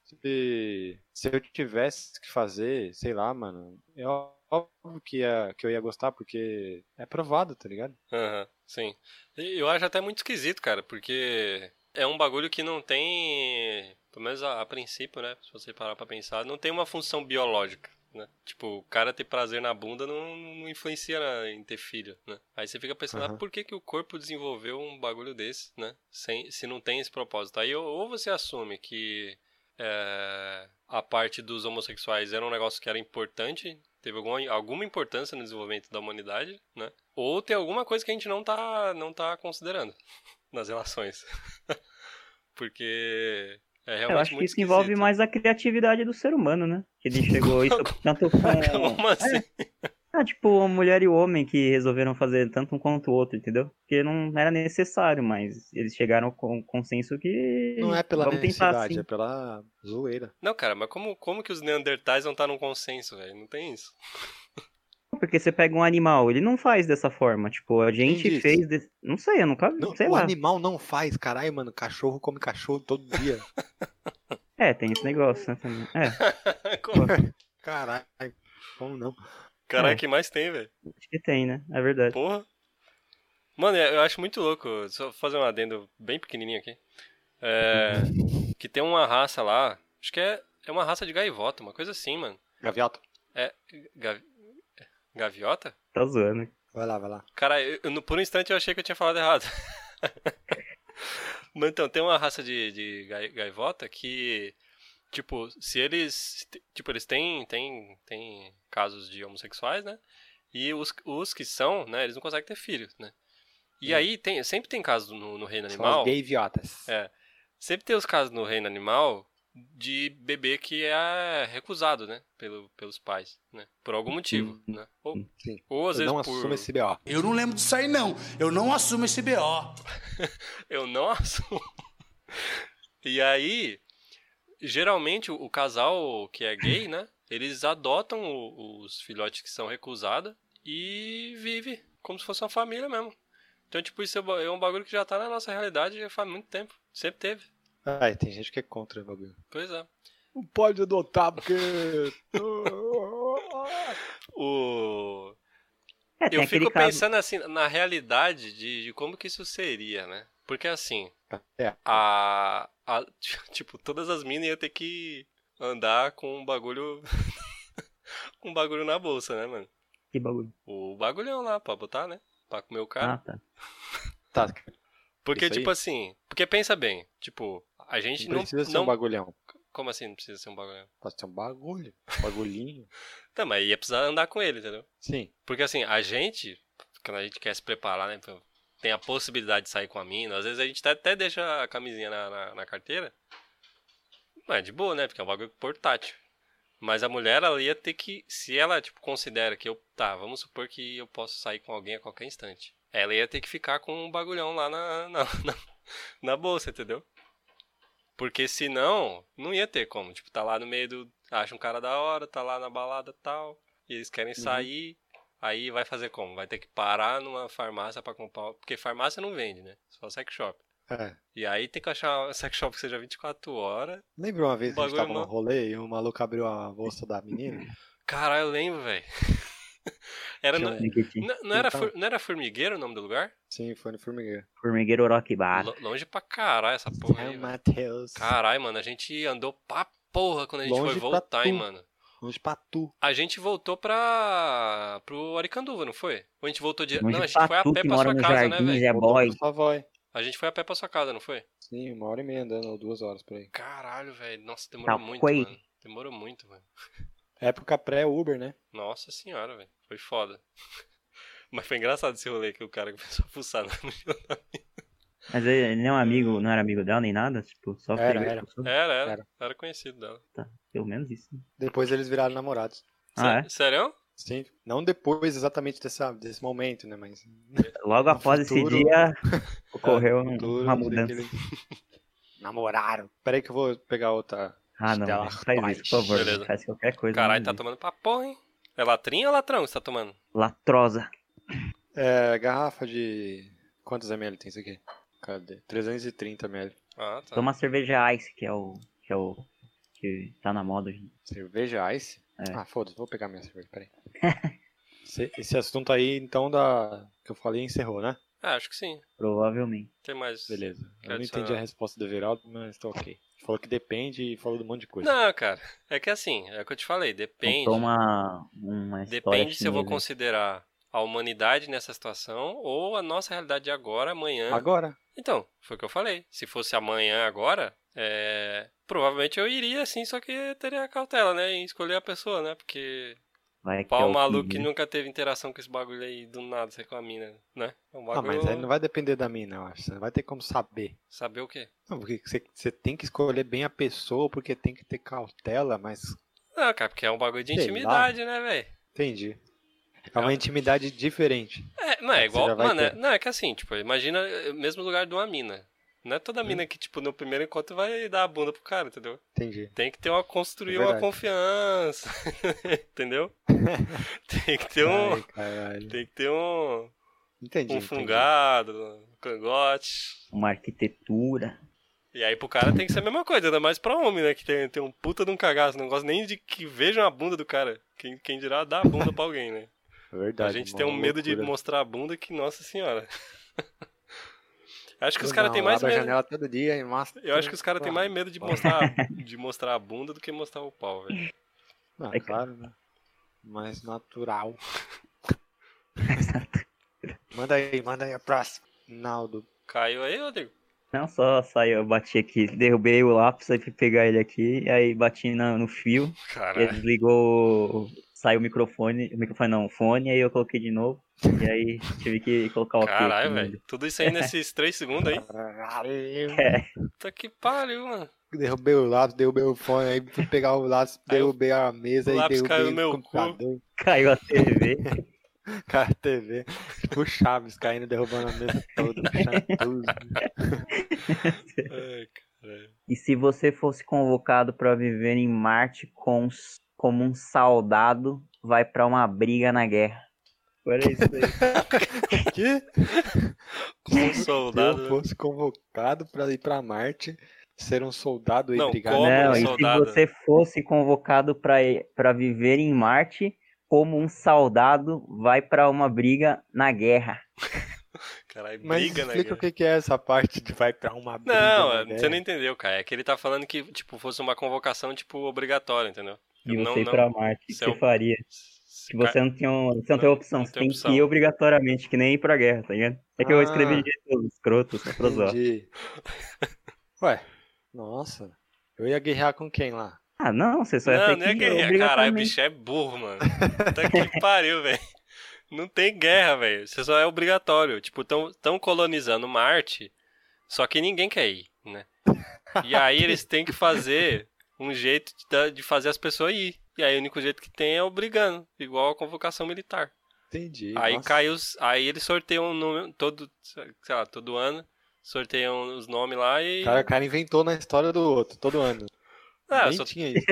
S8: Se eu tivesse que fazer, sei lá, mano. É óbvio que, ia, que eu ia gostar, porque é provado, tá ligado?
S7: Aham, sim. E Eu acho até muito esquisito, cara, porque é um bagulho que não tem, pelo menos a, a princípio, né? Se você parar pra pensar, não tem uma função biológica. Né? Tipo, o cara ter prazer na bunda não, não influencia na- em ter filho, né? Aí você fica pensando,
S8: Aham.
S7: ah, por que, que o corpo desenvolveu um bagulho desse, né? Sem, se não tem esse propósito. Aí ou- ou você assume que é, a parte dos homossexuais era um negócio que era importante, teve alguma, alguma importância no desenvolvimento da humanidade, né? Ou tem alguma coisa que a gente não tá, não tá considerando nas relações. Porque é realmente
S5: Eu acho que
S7: muito
S5: isso envolve
S7: esquisito.
S5: mais a criatividade do ser humano, né? Que ele chegou a isso tanto com.
S7: Como assim?
S5: Ah, tipo, a mulher e o homem que resolveram fazer tanto um quanto o outro, entendeu? Porque não era necessário, mas eles chegaram com um consenso que.
S8: Não é pela
S5: Vamos tentar,
S8: necessidade,
S5: sim.
S8: é pela zoeira.
S7: Não, cara, mas como, como que os Neandertais não tá num consenso, velho? Não tem isso.
S8: é
S5: Porque você pega um animal, ele não faz dessa forma. Tipo, a gente
S8: disse?
S5: fez. desse- Não sei, eu nunca.
S8: Não,
S5: sei
S8: o
S5: lá.
S8: animal não faz, caralho, mano. Cachorro come cachorro todo dia.
S5: É, tem esse negócio, né? Também. É,
S7: Como-
S8: Caralho, como não?
S7: Caralho,
S5: É.
S7: que mais tem, velho?
S5: acho que tem, né? É verdade.
S7: Porra. Mano, eu acho muito louco. Só fazer um adendo bem pequenininho aqui. É, que tem uma raça lá. Acho que é, é uma raça de gaivota, uma coisa assim, mano.
S8: Gaviota,
S7: Gavi- é, Gaviota?
S5: Tá zoando.
S8: vai lá, vai lá.
S7: Cara, eu, eu- no- por um instante eu achei que eu tinha falado errado. Mas então, tem uma raça de, de gai- gaivota que, tipo, se eles. Tipo, eles têm, têm, têm casos de homossexuais, né? E os, os que são, né, eles não conseguem ter filhos, né? E aí tem, sempre tem casos no, no reino
S8: Hum. São
S7: animal.
S8: as gaviotas.
S7: É. Sempre tem os casos no reino animal de bebê que é recusado, né? Pelo, pelos pais, né? Por algum motivo, né? Ou,
S8: Hum. Sim.
S7: ou às
S8: Eu
S7: vezes
S8: não
S7: por...
S8: assumo esse B.O.
S6: Eu não lembro disso aí, não. Eu não assumo esse BO.
S7: Eu não assumo. E aí, geralmente o, o casal que é gay, né? Eles adotam o- os filhotes que são recusados e vive como se fosse uma família mesmo. Então, tipo, isso é ba- é um bagulho que já tá na nossa realidade já faz muito tempo. Sempre teve.
S8: Ai, tem gente que é contra o bagulho.
S7: Pois é.
S8: Não pode adotar, porque.
S7: O...
S5: É, tem
S7: Eu
S5: aquele
S7: fico
S5: caso.
S7: pensando assim, na realidade de, de como que isso seria, né? Porque assim,
S8: é.
S7: a, a- tipo, todas as minas iam ter que andar com um bagulho com um bagulho na bolsa, né, mano?
S5: Que bagulho.
S7: O bagulhão lá pra botar, né? Pra comer o cara.
S5: Ah, tá.
S8: Tá,
S7: porque
S8: isso aí.
S7: tipo assim, porque pensa bem, tipo, a gente
S8: não
S7: não,
S8: precisa ser
S7: não
S8: um bagulhão.
S7: como assim não precisa ser um bagulhão?
S8: Pode ser um bagulho. Um bagulhinho.
S7: Tá, mas ia precisar andar com ele, entendeu?
S8: Sim.
S7: Porque assim, a gente, quando a gente quer se preparar, né? pra- Tem a possibilidade de sair com a mina. Às vezes a gente tá- até deixa a camisinha na, na, na carteira. Mas é de boa, né? Porque é um bagulho portátil. Mas a mulher, ela ia ter que. Se ela, tipo, considera que eu. Tá, vamos supor que eu posso sair com alguém a qualquer instante. Ela ia ter que ficar com um bagulhão lá na, na, na, na bolsa, entendeu? Porque senão, não ia ter como. Tipo, tá lá no meio do. Acha um cara da hora, tá lá na balada tal. E eles querem sair. Aí vai fazer como? Vai ter que parar numa farmácia pra comprar. Porque farmácia não vende, né? Só sex shop.
S8: É.
S7: E aí tem que achar um sex shop que seja 24 horas.
S8: Lembra uma vez que a gente
S7: Bagulho
S8: tava num
S7: não.
S8: rolê e o maluco abriu a bolsa da menina?
S7: Caralho, eu lembro, velho. Era no-
S8: Tinha-
S5: Nikitin.
S7: N- Não era,
S8: Então.
S7: fur- não era formigueiro o nome do lugar?
S8: Sim, foi no formigueiro.
S5: Formigueiro Oroquibar.
S7: Lo- Longe pra caralho essa porra Tá aí,
S8: Ai,
S7: velho.
S8: Matheus.
S7: Caralho, mano, a gente andou pra porra quando a gente
S8: Longe
S7: foi
S8: pra
S7: voltar, hein,
S8: tu.
S7: mano.
S8: Longe pra tu.
S7: A gente voltou pra. pro Aricanduva, não foi? Ou a gente voltou direto. Não, a gente
S5: Longe
S7: foi a
S5: Patu,
S7: pé
S5: que
S7: pra
S5: mora
S7: sua
S5: nos
S7: casa, né,
S5: jardins,
S7: velho?
S5: é
S8: Voltou
S5: boy.
S8: pra sua vó, hein?
S7: A gente foi a pé pra sua casa, não foi?
S8: Sim, uma hora e meia andando, ou duas horas por aí.
S7: Caralho, velho. Nossa, demorou
S5: Tá,
S7: muito,
S5: foi.
S7: mano. Demorou muito, mano.
S8: Época pré-Uber, né?
S7: Nossa senhora, velho. Foi foda. Mas foi engraçado esse rolê que o cara começou a fuçar né? na mochila.
S5: Mas ele não é amigo, não era amigo dela nem nada, tipo, só
S8: Era,
S5: pegou-
S8: era.
S5: só-
S7: Era, era. Era,
S8: Era.
S7: conhecido dela.
S5: Pelo menos isso.
S8: Depois eles viraram namorados.
S5: Ah, é?
S7: Sé- Sério?
S8: Sim. Não depois exatamente dessa, desse momento, né? Mas.
S5: Logo
S8: No
S5: após
S8: futuro- É,
S5: esse dia, ocorreu um-
S8: futuro,
S5: uma
S8: não sei o que
S5: mudança.
S8: eles Namoraram. Peraí que eu vou pegar outra.
S5: Ah, não.
S4: Estela
S5: velho, Faz isso, por favor.
S7: Beleza.
S5: velho, Faz qualquer coisa. né,
S7: Caralho,
S5: não
S7: tá
S5: existe.
S7: tomando pra porra, hein? É latrinha ou latrão que você tá tomando?
S5: Latrosa.
S4: É, garrafa de. Quantos ml tem isso aqui? Cadê? 330 ml.
S7: Ah, tá.
S5: Toma cerveja Ice, que é o. que é o. que tá na moda hoje.
S4: Cerveja Ice?
S5: É.
S4: Ah, foda-se, vou pegar minha cerveja, peraí. esse, esse assunto aí, então, da que eu falei, encerrou, né?
S7: Ah, acho que sim.
S5: Provavelmente.
S7: Tem mais.
S4: Beleza.
S7: Quero
S4: Eu não
S7: adicionar.
S4: entendi a resposta do Everaldo, mas
S8: tá
S4: tô ok. Falou que depende e falou de um monte de coisa.
S7: Não, cara. É que assim, é o que eu te falei. Depende.
S5: Então toma uma história.
S7: Depende se eu vou
S5: chinesa.
S7: considerar a humanidade nessa situação ou a nossa realidade de agora, amanhã.
S4: Agora,
S7: Então, foi o que eu falei. Se fosse amanhã, agora, é... provavelmente eu iria sim, só que teria cautela, né? Em escolher a pessoa, né? Porque
S5: Vai que é
S7: pau
S5: o
S7: um maluco
S5: que-
S8: né?
S7: que nunca teve interação com esse bagulho aí do nada, você com a mina, né? É um
S8: Ah,
S7: bagulho.
S8: mas aí não vai depender da mina, eu acho. Você não vai ter como saber.
S7: Saber o quê?
S8: Não, porque você, você tem que escolher bem a pessoa, porque tem que ter cautela, mas.
S7: Não, cara, porque é um bagulho de
S8: Sei
S7: intimidade, né, velho?
S8: Entendi. É uma intimidade diferente.
S7: É, não, é
S8: Você já
S7: igual.
S8: vai
S7: Mano, é,
S8: ter.
S7: não, é que assim, tipo, imagina é, o mesmo lugar de uma mina. Não é
S8: Hum.
S7: toda mina que, tipo, no primeiro encontro vai dar a bunda pro cara, entendeu?
S8: Entendi.
S7: Tem que ter uma. construir
S8: É
S7: uma
S8: verdade.
S7: confiança. entendeu? tem que ter um.
S8: Ai, caralho.
S7: Tem que ter um.
S8: Entendi.
S7: um
S8: entendi.
S7: fungado, um cangote.
S5: Uma arquitetura.
S7: E aí pro cara tem que ser a mesma coisa, ainda mais pra homem, né? Que tem, tem um puta de um cagaço, não gosta nem de que vejam a bunda do cara. Quem, quem dirá dar a bunda pra alguém, né?
S8: É Verdade.
S7: a gente
S8: uma
S7: tem um medo de
S8: loucura.
S7: mostrar a bunda que, nossa senhora. acho que os
S8: Eu
S7: caras
S8: não,
S7: têm mais
S8: abro a
S7: medo.
S8: janela todo dia e mostra.
S7: Eu acho que os caras têm mais medo de mostrar, de mostrar a bunda do que mostrar o pau, velho.
S8: Não,
S5: Ai,
S8: claro, né? Mais natural. manda aí, manda aí a próxima. Naldo.
S7: Caiu aí, Rodrigo?
S5: Não, só saiu, eu bati aqui, derrubei o lápis, aí fui pegar ele aqui, aí bati na- no fio, e aí
S7: Caralho.
S5: desligou, saiu o microfone, o microfone não, o fone, aí eu coloquei de novo, e aí tive que colocar o ok
S7: Caralho,
S5: aqui,
S8: né?
S7: velho. Tudo isso aí nesses três segundos aí.
S8: Caralho.
S7: Puta que pariu, mano.
S8: Derrubei o lápis, derrubei o fone, aí fui pegar o lápis,
S7: Aí eu-
S8: derrubei a mesa
S7: o
S8: e
S7: lápis
S8: derrubei
S7: caiu no
S8: o
S7: meu cu.
S8: computador.
S5: Caiu a TV,
S8: Cara, a TV. Tipo o Chaves caindo, derrubando a mesa toda, puxando tudo.
S7: Ai, caralho.
S5: e se você fosse convocado pra viver em Marte com, como um soldado, vai pra uma briga na guerra. Olha isso aí.
S8: Que?
S7: Como um
S8: Se eu
S7: soldado. né?
S8: fosse convocado pra ir pra Marte, ser um soldado e
S7: Não,
S8: brigar.
S7: como
S5: Não,
S7: um
S5: e se
S7: soldado.
S5: você fosse convocado pra ir- pra viver em Marte, como um soldado vai pra uma briga na guerra.
S7: Caralho,
S8: Mas
S7: briga, né?
S8: explica
S7: cara?
S8: o que que é essa parte de vai pra uma briga.
S7: Não,
S8: né,
S7: você não
S8: velho?
S7: entendeu, cara. É que ele tá falando que, tipo, fosse uma convocação, tipo, obrigatória, entendeu?
S5: E
S7: Eu não-
S5: você ir
S7: não-
S5: pra Marte, o que
S7: Isso é
S5: você
S7: um-
S5: faria?
S7: Se
S5: Que você não tinha, um- você não tem
S7: não-
S5: opção,
S7: não
S5: você
S7: tem
S5: tem
S7: opção.
S5: que ir obrigatoriamente, que nem ir pra guerra, tá ligado? É que eu
S8: Ah.
S5: escrevi de jeito escroto, só pra zoar.
S8: Entendi. Ué, nossa. Eu ia guerrear com quem lá?
S5: Ah, não, você só ia
S7: Não,
S5: ter
S7: não
S5: que
S7: é
S5: ir
S7: guerra. Caralho, o
S5: obrigatoriamente.
S7: bicho é burro, mano. Puta que pariu, velho. Não tem guerra, velho. Você só é obrigatório. Tipo, tão, tão colonizando Marte, só que ninguém quer ir, né? E aí eles têm que fazer um jeito de, dar- de fazer as pessoas ir. E aí o único jeito que tem é obrigando, igual a convocação militar.
S8: Entendi.
S7: Aí
S8: nossa.
S7: cai os. Aí eles sorteiam o número todo, sei lá, todo ano. Sorteiam os nomes lá e.
S8: O cara, o cara inventou na história do outro, todo ano.
S7: Ah,
S8: Nem
S7: só-
S8: tinha isso.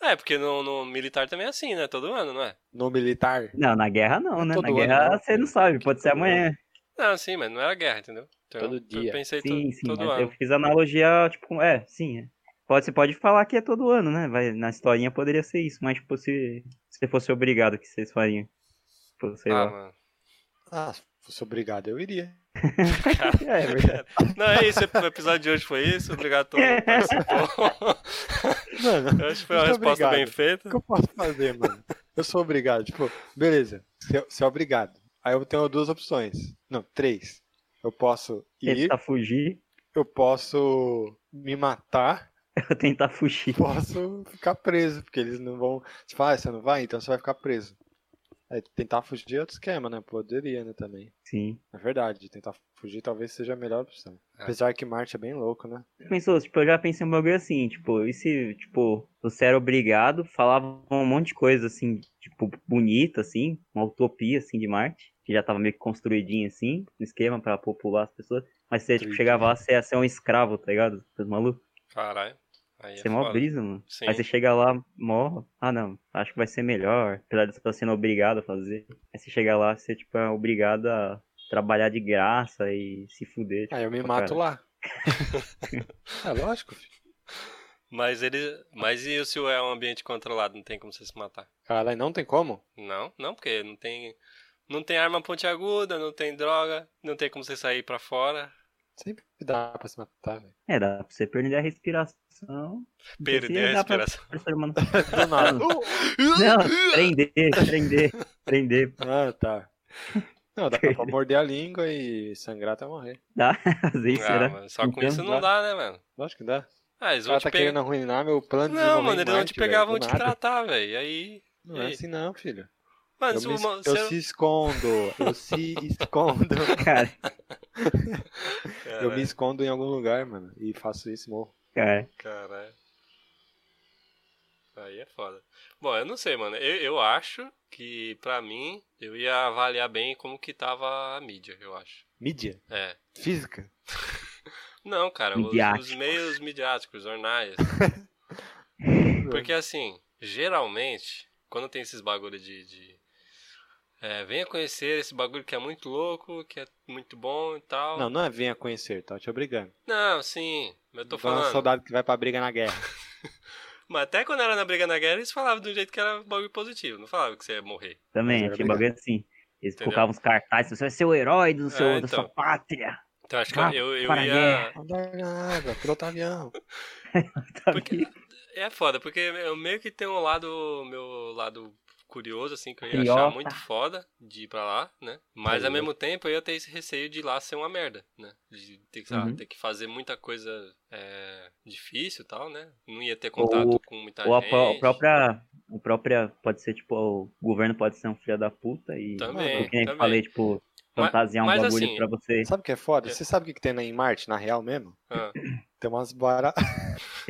S7: É, porque no, no militar também é assim, né? Todo ano, não é?
S8: No militar.
S5: Não, na guerra não, né?
S8: É Todo
S5: Na
S8: ano,
S5: guerra
S8: não.
S5: você não sabe, pode ser amanhã.
S7: Não, sim, mas não era guerra, entendeu? Então,
S4: Todo
S7: eu
S4: dia.
S7: pensei
S5: Sim,
S7: to-
S5: sim,
S7: todo
S5: mas eu
S7: ano.
S5: fiz analogia, tipo, é, sim. é. Pode, você pode falar que é todo ano, né? Vai, na historinha poderia ser isso, mas tipo, se se você fosse obrigado, o que vocês fariam? Tipo, sei
S7: Ah,
S5: lá.
S7: mano.
S8: Ah, se fosse obrigado, eu iria.
S5: É, é verdade.
S7: Não, é isso. O episódio de hoje foi isso. Obrigado a todo mundo que participou.
S8: Mano,
S7: Eu acho que foi uma
S8: Muito
S7: resposta
S8: obrigado.
S7: bem feita.
S8: o que eu posso fazer, mano? Eu sou obrigado. Tipo, beleza, você você é obrigado. Aí eu tenho duas opções. Não, três. Eu posso ir,
S5: Tentar fugir,
S8: eu posso me matar,
S5: eu tentar fugir.
S8: posso ficar preso, porque eles não vão. Tipo, ah, você não vai? Então você vai ficar preso. Aí tentar fugir é outro esquema, né? Poderia, né, também.
S5: Sim.
S8: É verdade, tentar fugir talvez seja a melhor opção.
S7: É.
S8: Apesar que Marte é bem louco, né?
S5: Pensou, tipo, eu já pensei um bagulho assim, tipo, e se, tipo, você era obrigado, falavam um monte de coisa, assim, tipo, bonita, assim, uma utopia, assim, de Marte, que já tava meio que construidinha, assim, um esquema pra popular as pessoas, mas você, tipo,
S8: Entendi.
S5: chegava lá, você ia ser um escravo, tá ligado? Os malucos.
S7: Caralho. Aí
S5: Você é mó
S7: foda.
S5: brisa, mano.
S7: Sim.
S5: Aí você chega lá, mó. Ah, não, acho que vai ser melhor. Apesar de você estar sendo obrigado a fazer. Aí você chega lá, você tipo, é obrigado a trabalhar de graça e se fuder.
S7: Ah,
S5: Tipo,
S8: Aí eu me
S5: pra
S8: mato
S5: caralho.
S8: lá. é lógico, filho.
S7: Mas ele. Mas e se é um ambiente controlado, não tem como você se matar?
S8: Caralho, não tem como?
S7: Não, não, porque não tem. Não tem arma pontiaguda, não tem droga, não tem como você sair pra fora.
S8: Sempre dá pra se matar, velho.
S5: É, dá pra você perder a respiração.
S7: Perder a
S5: Dá pra-
S7: respiração.
S5: pra ser humano. Não, prender, prender, prender.
S8: Ah, tá. Não, dá pra morder a língua e sangrar até morrer.
S5: Dá pra fazer isso,
S7: Ah,
S8: né?
S5: será?
S7: mano, só com
S5: Então,
S7: isso não dá, né, mano?
S8: Lógico que dá.
S7: Ah, eles
S8: O
S7: vão
S8: cara
S7: te
S8: tá
S7: pegar.
S8: querendo arruinar meu plano de
S7: Não,
S8: desenvolver
S7: mano,
S8: em
S7: eles vão
S8: Marte,
S7: te pegar,
S8: velho,
S7: vão
S8: do
S7: te
S8: nada.
S7: tratar, velho. E aí.
S8: Não é assim não, filho.
S7: Mano,
S8: Eu,
S7: se
S8: me-
S7: uma-
S8: eu
S7: se-
S8: se escondo, eu se escondo.
S5: Cara,
S8: Eu
S7: É.
S8: me escondo em algum lugar, mano, e faço isso e morro.
S5: cara.
S7: Caralho. Aí é foda. Bom, eu não sei, mano. Eu, eu acho que, pra mim, eu ia avaliar bem como que tava a mídia, eu acho.
S8: Mídia?
S7: É.
S8: Física?
S7: Não, cara, os, os
S5: Midiáticos.
S7: meios midiáticos, jornais.
S5: É.
S7: Porque, assim, geralmente, quando tem esses bagulho de... de é, venha conhecer esse bagulho que é muito louco, que é muito bom e tal.
S8: Não, não é venha conhecer, tá te obrigando.
S7: Não, sim, eu tô
S8: Vai um
S7: falando.
S8: soldado que vai pra briga na guerra.
S7: Mas até quando era na Briga na Guerra, eles falavam de um jeito que era bagulho positivo. Não falavam que você ia morrer.
S5: Também,
S8: Mas era
S5: achei
S8: legal.
S5: bagulho assim. Eles
S7: Entendeu?
S5: colocavam uns cartazes, você vai ser o herói do seu,
S7: É,
S5: da
S7: então.
S5: sua pátria.
S7: Então acho que
S5: Ah,
S7: eu, eu
S5: para a
S7: ia.
S5: guerra.
S8: Andar na água, pilotar avião.
S5: Tá
S7: Porque-
S5: ligado?
S7: É foda, porque eu meio que tenho um lado. Meu lado curioso, assim, que eu ia achar
S5: Criota.
S7: muito foda de ir pra lá, né? Mas ao mesmo tempo eu ia ter esse receio de ir lá ser uma merda, né? De ter, que, sei lá,
S5: Uhum.
S7: ter que fazer muita coisa é, difícil e tal, né? Não ia ter contato
S5: Ou-
S7: com muita
S5: Ou a,
S7: gente.
S5: pró- própria. O própria. Pode ser, tipo, o governo pode ser um filho da puta e.
S7: Também,
S5: que nem eu
S7: também.
S5: falei, tipo,
S7: Mas-
S5: fantasiar um
S7: mas
S5: bagulho
S7: assim-
S5: pra você.
S8: Sabe o que é foda? Você sabe o que, que tem em Marte, na real mesmo?
S7: Ah.
S8: Tem umas baratas.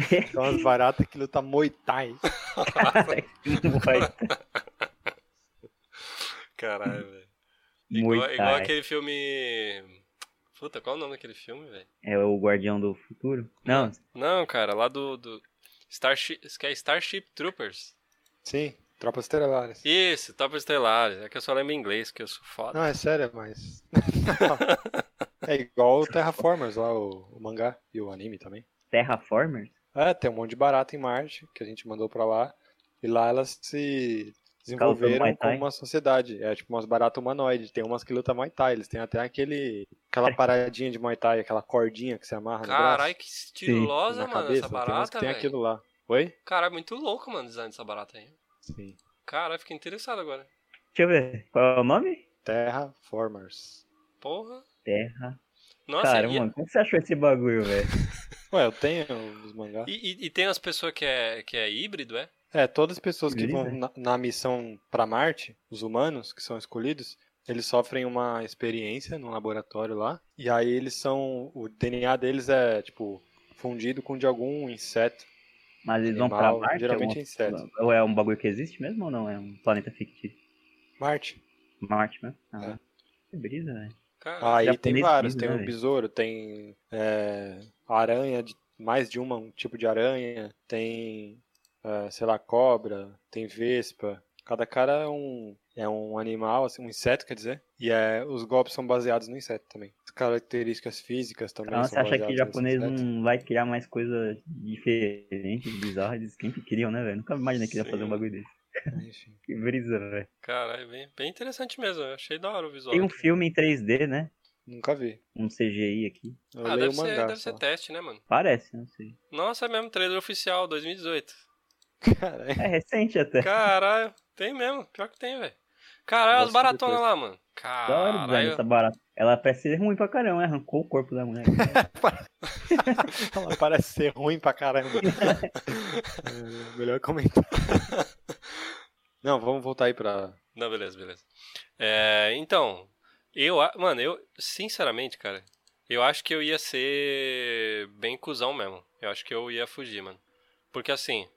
S8: tem umas baratas que lutam Muay Thai.
S5: Vai-
S7: Caralho, velho.
S5: Muay
S7: Igual, igual
S5: Thai.
S7: aquele filme. Puta, qual é o nome daquele filme, velho?
S5: é o Guardião do Futuro? Não,
S7: Não, cara, lá do. do... Starship, que é Starship Troopers.
S8: Sim, tropas estelares.
S7: Isso, Top Estelar. É que eu só lembro em inglês, que eu sou foda.
S8: Não, é sério, mas. é igual o Terraformers lá, o, o mangá e o anime também.
S5: Terraformers?
S8: É, tem um monte de barata em Marte que a gente mandou pra lá. E lá elas se desenvolveram
S5: Muay
S8: como
S5: Thai?
S8: uma sociedade. É tipo umas baratas humanoides. Tem umas que lutam Muay Thai. Eles têm até aquele, aquela paradinha de Muay Thai, aquela cordinha que se amarra no
S7: Caralho,
S8: braço.
S7: que estilosa,
S8: um na
S7: mano,
S8: cabeça.
S7: essa
S8: tem umas que
S7: barata,
S8: tem
S7: velho.
S8: aquilo lá. Oi?
S7: Caralho, muito louco, mano, o design dessa barata aí.
S8: Sim.
S7: Caralho, fiquei interessado agora.
S5: Deixa eu ver. Qual é o nome?
S8: Terraformers.
S7: Porra.
S5: Terra.
S7: Nossa,
S5: Cara,
S7: e,
S5: mano, como você achou esse bagulho, velho?
S8: Ué, eu tenho os mangás.
S7: e, e- e tem as pessoas que é, que é híbrido, é?
S8: É, todas as pessoas que vão
S5: Beleza.
S8: na, na missão pra Marte, os humanos que são escolhidos, eles sofrem uma experiência num laboratório lá, e aí eles são, o DNA deles é tipo fundido com de algum inseto.
S5: Mas eles vão pra
S8: Animal,
S5: Marte?
S8: geralmente
S5: é um-
S8: inseto.
S5: Ou é um bagulho que existe mesmo ou não? É um planeta fictício?
S8: Marte.
S5: Marte mesmo?
S8: É.
S5: Ah, que brisa, velho.
S7: Cara,
S8: Aí
S5: japonês
S8: Ah, tem vários,
S5: diz,
S8: tem
S5: né,
S8: o
S5: velho?
S8: besouro, tem é, aranha, de- mais de uma, um tipo de aranha, tem, é, sei lá, cobra, tem vespa. Cada cara é um, é um animal, assim, um inseto, quer dizer. E é, os golpes são baseados no inseto também. As características físicas também
S5: Então
S8: são
S5: você acha que
S8: baseadas
S5: japonês
S8: nesse inseto.
S5: não vai criar mais coisa diferente, bizarra? Eles sempre queriam, né, velho? Nunca imaginei que ia fazer
S7: Sim.
S5: um bagulho desse.
S8: Enfim.
S5: Que brisa, velho.
S7: caralho, bem, bem interessante mesmo. Eu achei da hora o visual. Ah,
S5: Tem um filme em 3D, né?
S8: Nunca vi.
S5: Um CGI aqui.
S8: Eu
S7: Ah,
S8: leio
S7: deve
S8: o
S7: ser,
S8: mangá
S7: deve ser
S8: só.
S7: teste, né, mano?
S5: Parece, não sei.
S7: Nossa, é mesmo trailer oficial, 2018.
S8: Caralho.
S5: É recente até.
S7: Caralho, tem mesmo. Pior que tem, velho. Caralho, as
S8: Nossa, que
S7: baratonas
S8: coisa.
S7: lá, mano.
S5: Da hora o design
S7: Caralho.
S5: dessa barata. Ela parece ser ruim pra caramba, né? Arrancou o corpo da mulher.
S8: Ela parece ser ruim pra caramba. É, melhor comentar. Não, vamos voltar aí pra.
S7: Não, beleza, beleza. É, então, eu, a- mano, eu, sinceramente, cara, eu acho que eu ia ser bem cuzão mesmo. Eu acho que eu ia fugir, mano. Porque assim,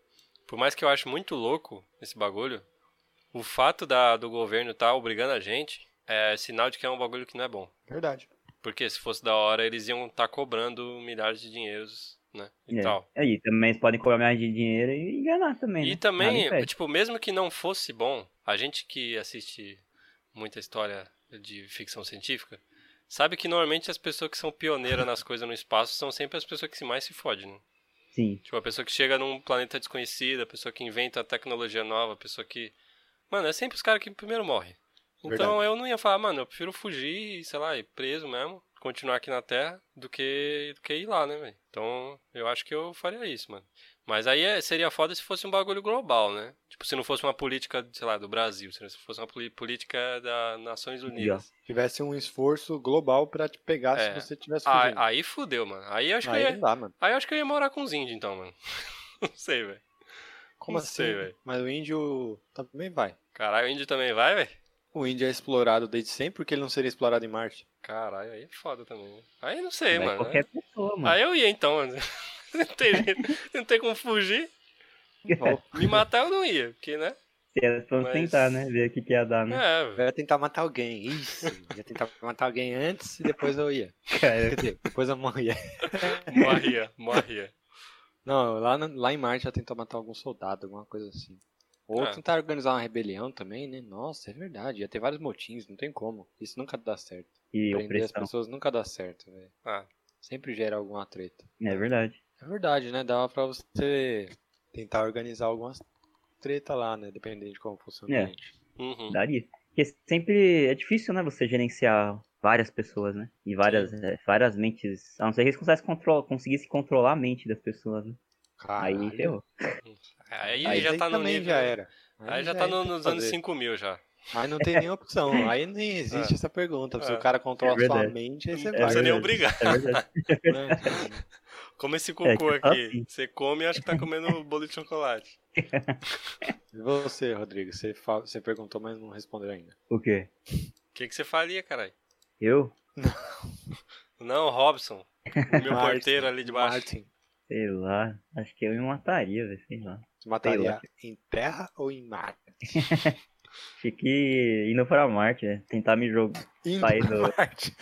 S7: por mais que eu ache muito louco esse bagulho, o fato da, do governo tá obrigando a gente é sinal de que é um bagulho que não é bom.
S8: Verdade.
S7: Porque se fosse da hora, eles iam estar cobrando tá milhares de dinheiros né? E
S5: É.
S7: tal.
S5: Aí também eles podem cobrar mais de dinheiro e enganar também.
S7: E
S5: né?
S7: também,
S5: Nada impede.
S7: tipo, mesmo que não fosse bom, a gente que assiste muita história de ficção científica, sabe que normalmente as pessoas que são pioneiras nas coisas no espaço são sempre as pessoas que se mais se fodem, né?
S5: Sim.
S7: Tipo, a pessoa que chega num planeta desconhecido, a pessoa que inventa a tecnologia nova, a pessoa que. Mano, é sempre os caras que primeiro morrem. Então eu não ia falar, mano, eu prefiro fugir, e, sei lá, ir preso mesmo, continuar aqui na Terra, do que, do que ir lá, né, velho? Então eu acho que eu faria isso, mano. Mas aí é- seria foda se fosse um bagulho global, né? Tipo, se não fosse uma política, sei lá, do Brasil, se não fosse uma poli- política das Nações Unidas.
S8: Tivesse um esforço global pra te pegar
S7: É.
S8: se você tivesse
S7: Aí,
S8: fugindo.
S7: aí fudeu, mano. Aí eu acho que eu
S8: Aí
S7: ia,
S8: não dá, mano.
S7: aí eu acho que eu ia morar com os índios, então, mano. não sei, velho.
S8: Como
S7: não sei,
S8: assim?
S7: velho.
S8: Mas o índio também vai.
S7: Caralho, o índio também vai, velho?
S8: O índio é explorado desde sempre, porque ele não seria explorado em Marte.
S7: Caralho, aí é foda também. né? Aí não sei,
S5: Vai
S7: mano.
S5: qualquer pessoa, mano.
S7: Aí eu ia então, mano. não, tem, jeito, não tem como fugir.
S5: É.
S8: Bom,
S7: Me matar eu não ia, porque, né?
S5: Eles vão
S7: mas-
S5: tentar, né? Ver o que, que ia dar, né?
S7: É, velho.
S8: eu ia tentar matar alguém, isso. Eu ia tentar matar alguém antes e depois eu ia. Quer
S5: Cara,
S8: dizer, depois eu morria.
S7: morria, morria.
S8: Não, lá, na- lá em Marte já tentou matar algum soldado, alguma coisa assim. Ou
S7: Ah.
S8: tentar organizar uma rebelião também, né? Nossa, é verdade. Ia ter vários motins, não tem como. Isso nunca dá certo.
S5: e
S8: Prender as
S5: opressão.
S8: pessoas nunca dá certo, velho.
S7: Ah.
S8: Sempre gera alguma treta.
S5: É verdade.
S8: É verdade, né? Dava pra você tentar organizar algumas treta lá, né? Dependendo de como funciona o
S5: É.
S8: ambiente.
S7: Uhum.
S5: Daria. Porque sempre é difícil, né? Você gerenciar várias pessoas, né? E várias, é, várias mentes. A não ser que eles conseguissem controlar, conseguissem controlar a mente das pessoas, né?
S7: Ah,
S8: Caralho.
S5: Aí ferrou.
S7: Aí,
S8: Aí
S7: já tá no
S8: também
S7: nível.
S8: já era.
S7: Aí já tá no-
S8: não tem o
S7: nos
S8: que
S7: anos
S8: fazer.
S7: 5000 já.
S8: Aí não tem nem opção. Aí nem existe essa pergunta. Se
S7: É.
S8: o cara controla
S5: É
S8: sua
S5: verdade.
S8: mente, aí
S7: Não
S8: você vai.
S7: precisa nem
S5: verdade.
S7: obrigar.
S5: É verdade.
S8: né?
S7: Come esse cocô
S5: É, que tá
S7: aqui.
S5: assim.
S7: Você come e acha que tá comendo bolo de chocolate.
S8: E você, Rodrigo? Você, fa- você perguntou, mas não respondeu ainda.
S5: o quê?
S7: O que, que você faria, caralho?
S5: Eu?
S7: Não, Robson. O meu
S8: Martin,
S7: porteiro ali de baixo.
S8: Martin,
S5: Sei lá. Acho que eu me mataria, velho. Sei lá.
S8: você mataria
S5: lá.
S8: em terra ou em mar?
S5: Achei que indo pra Marte, né? Tentar me jogar.
S8: Em
S5: Sair do.
S8: Marte.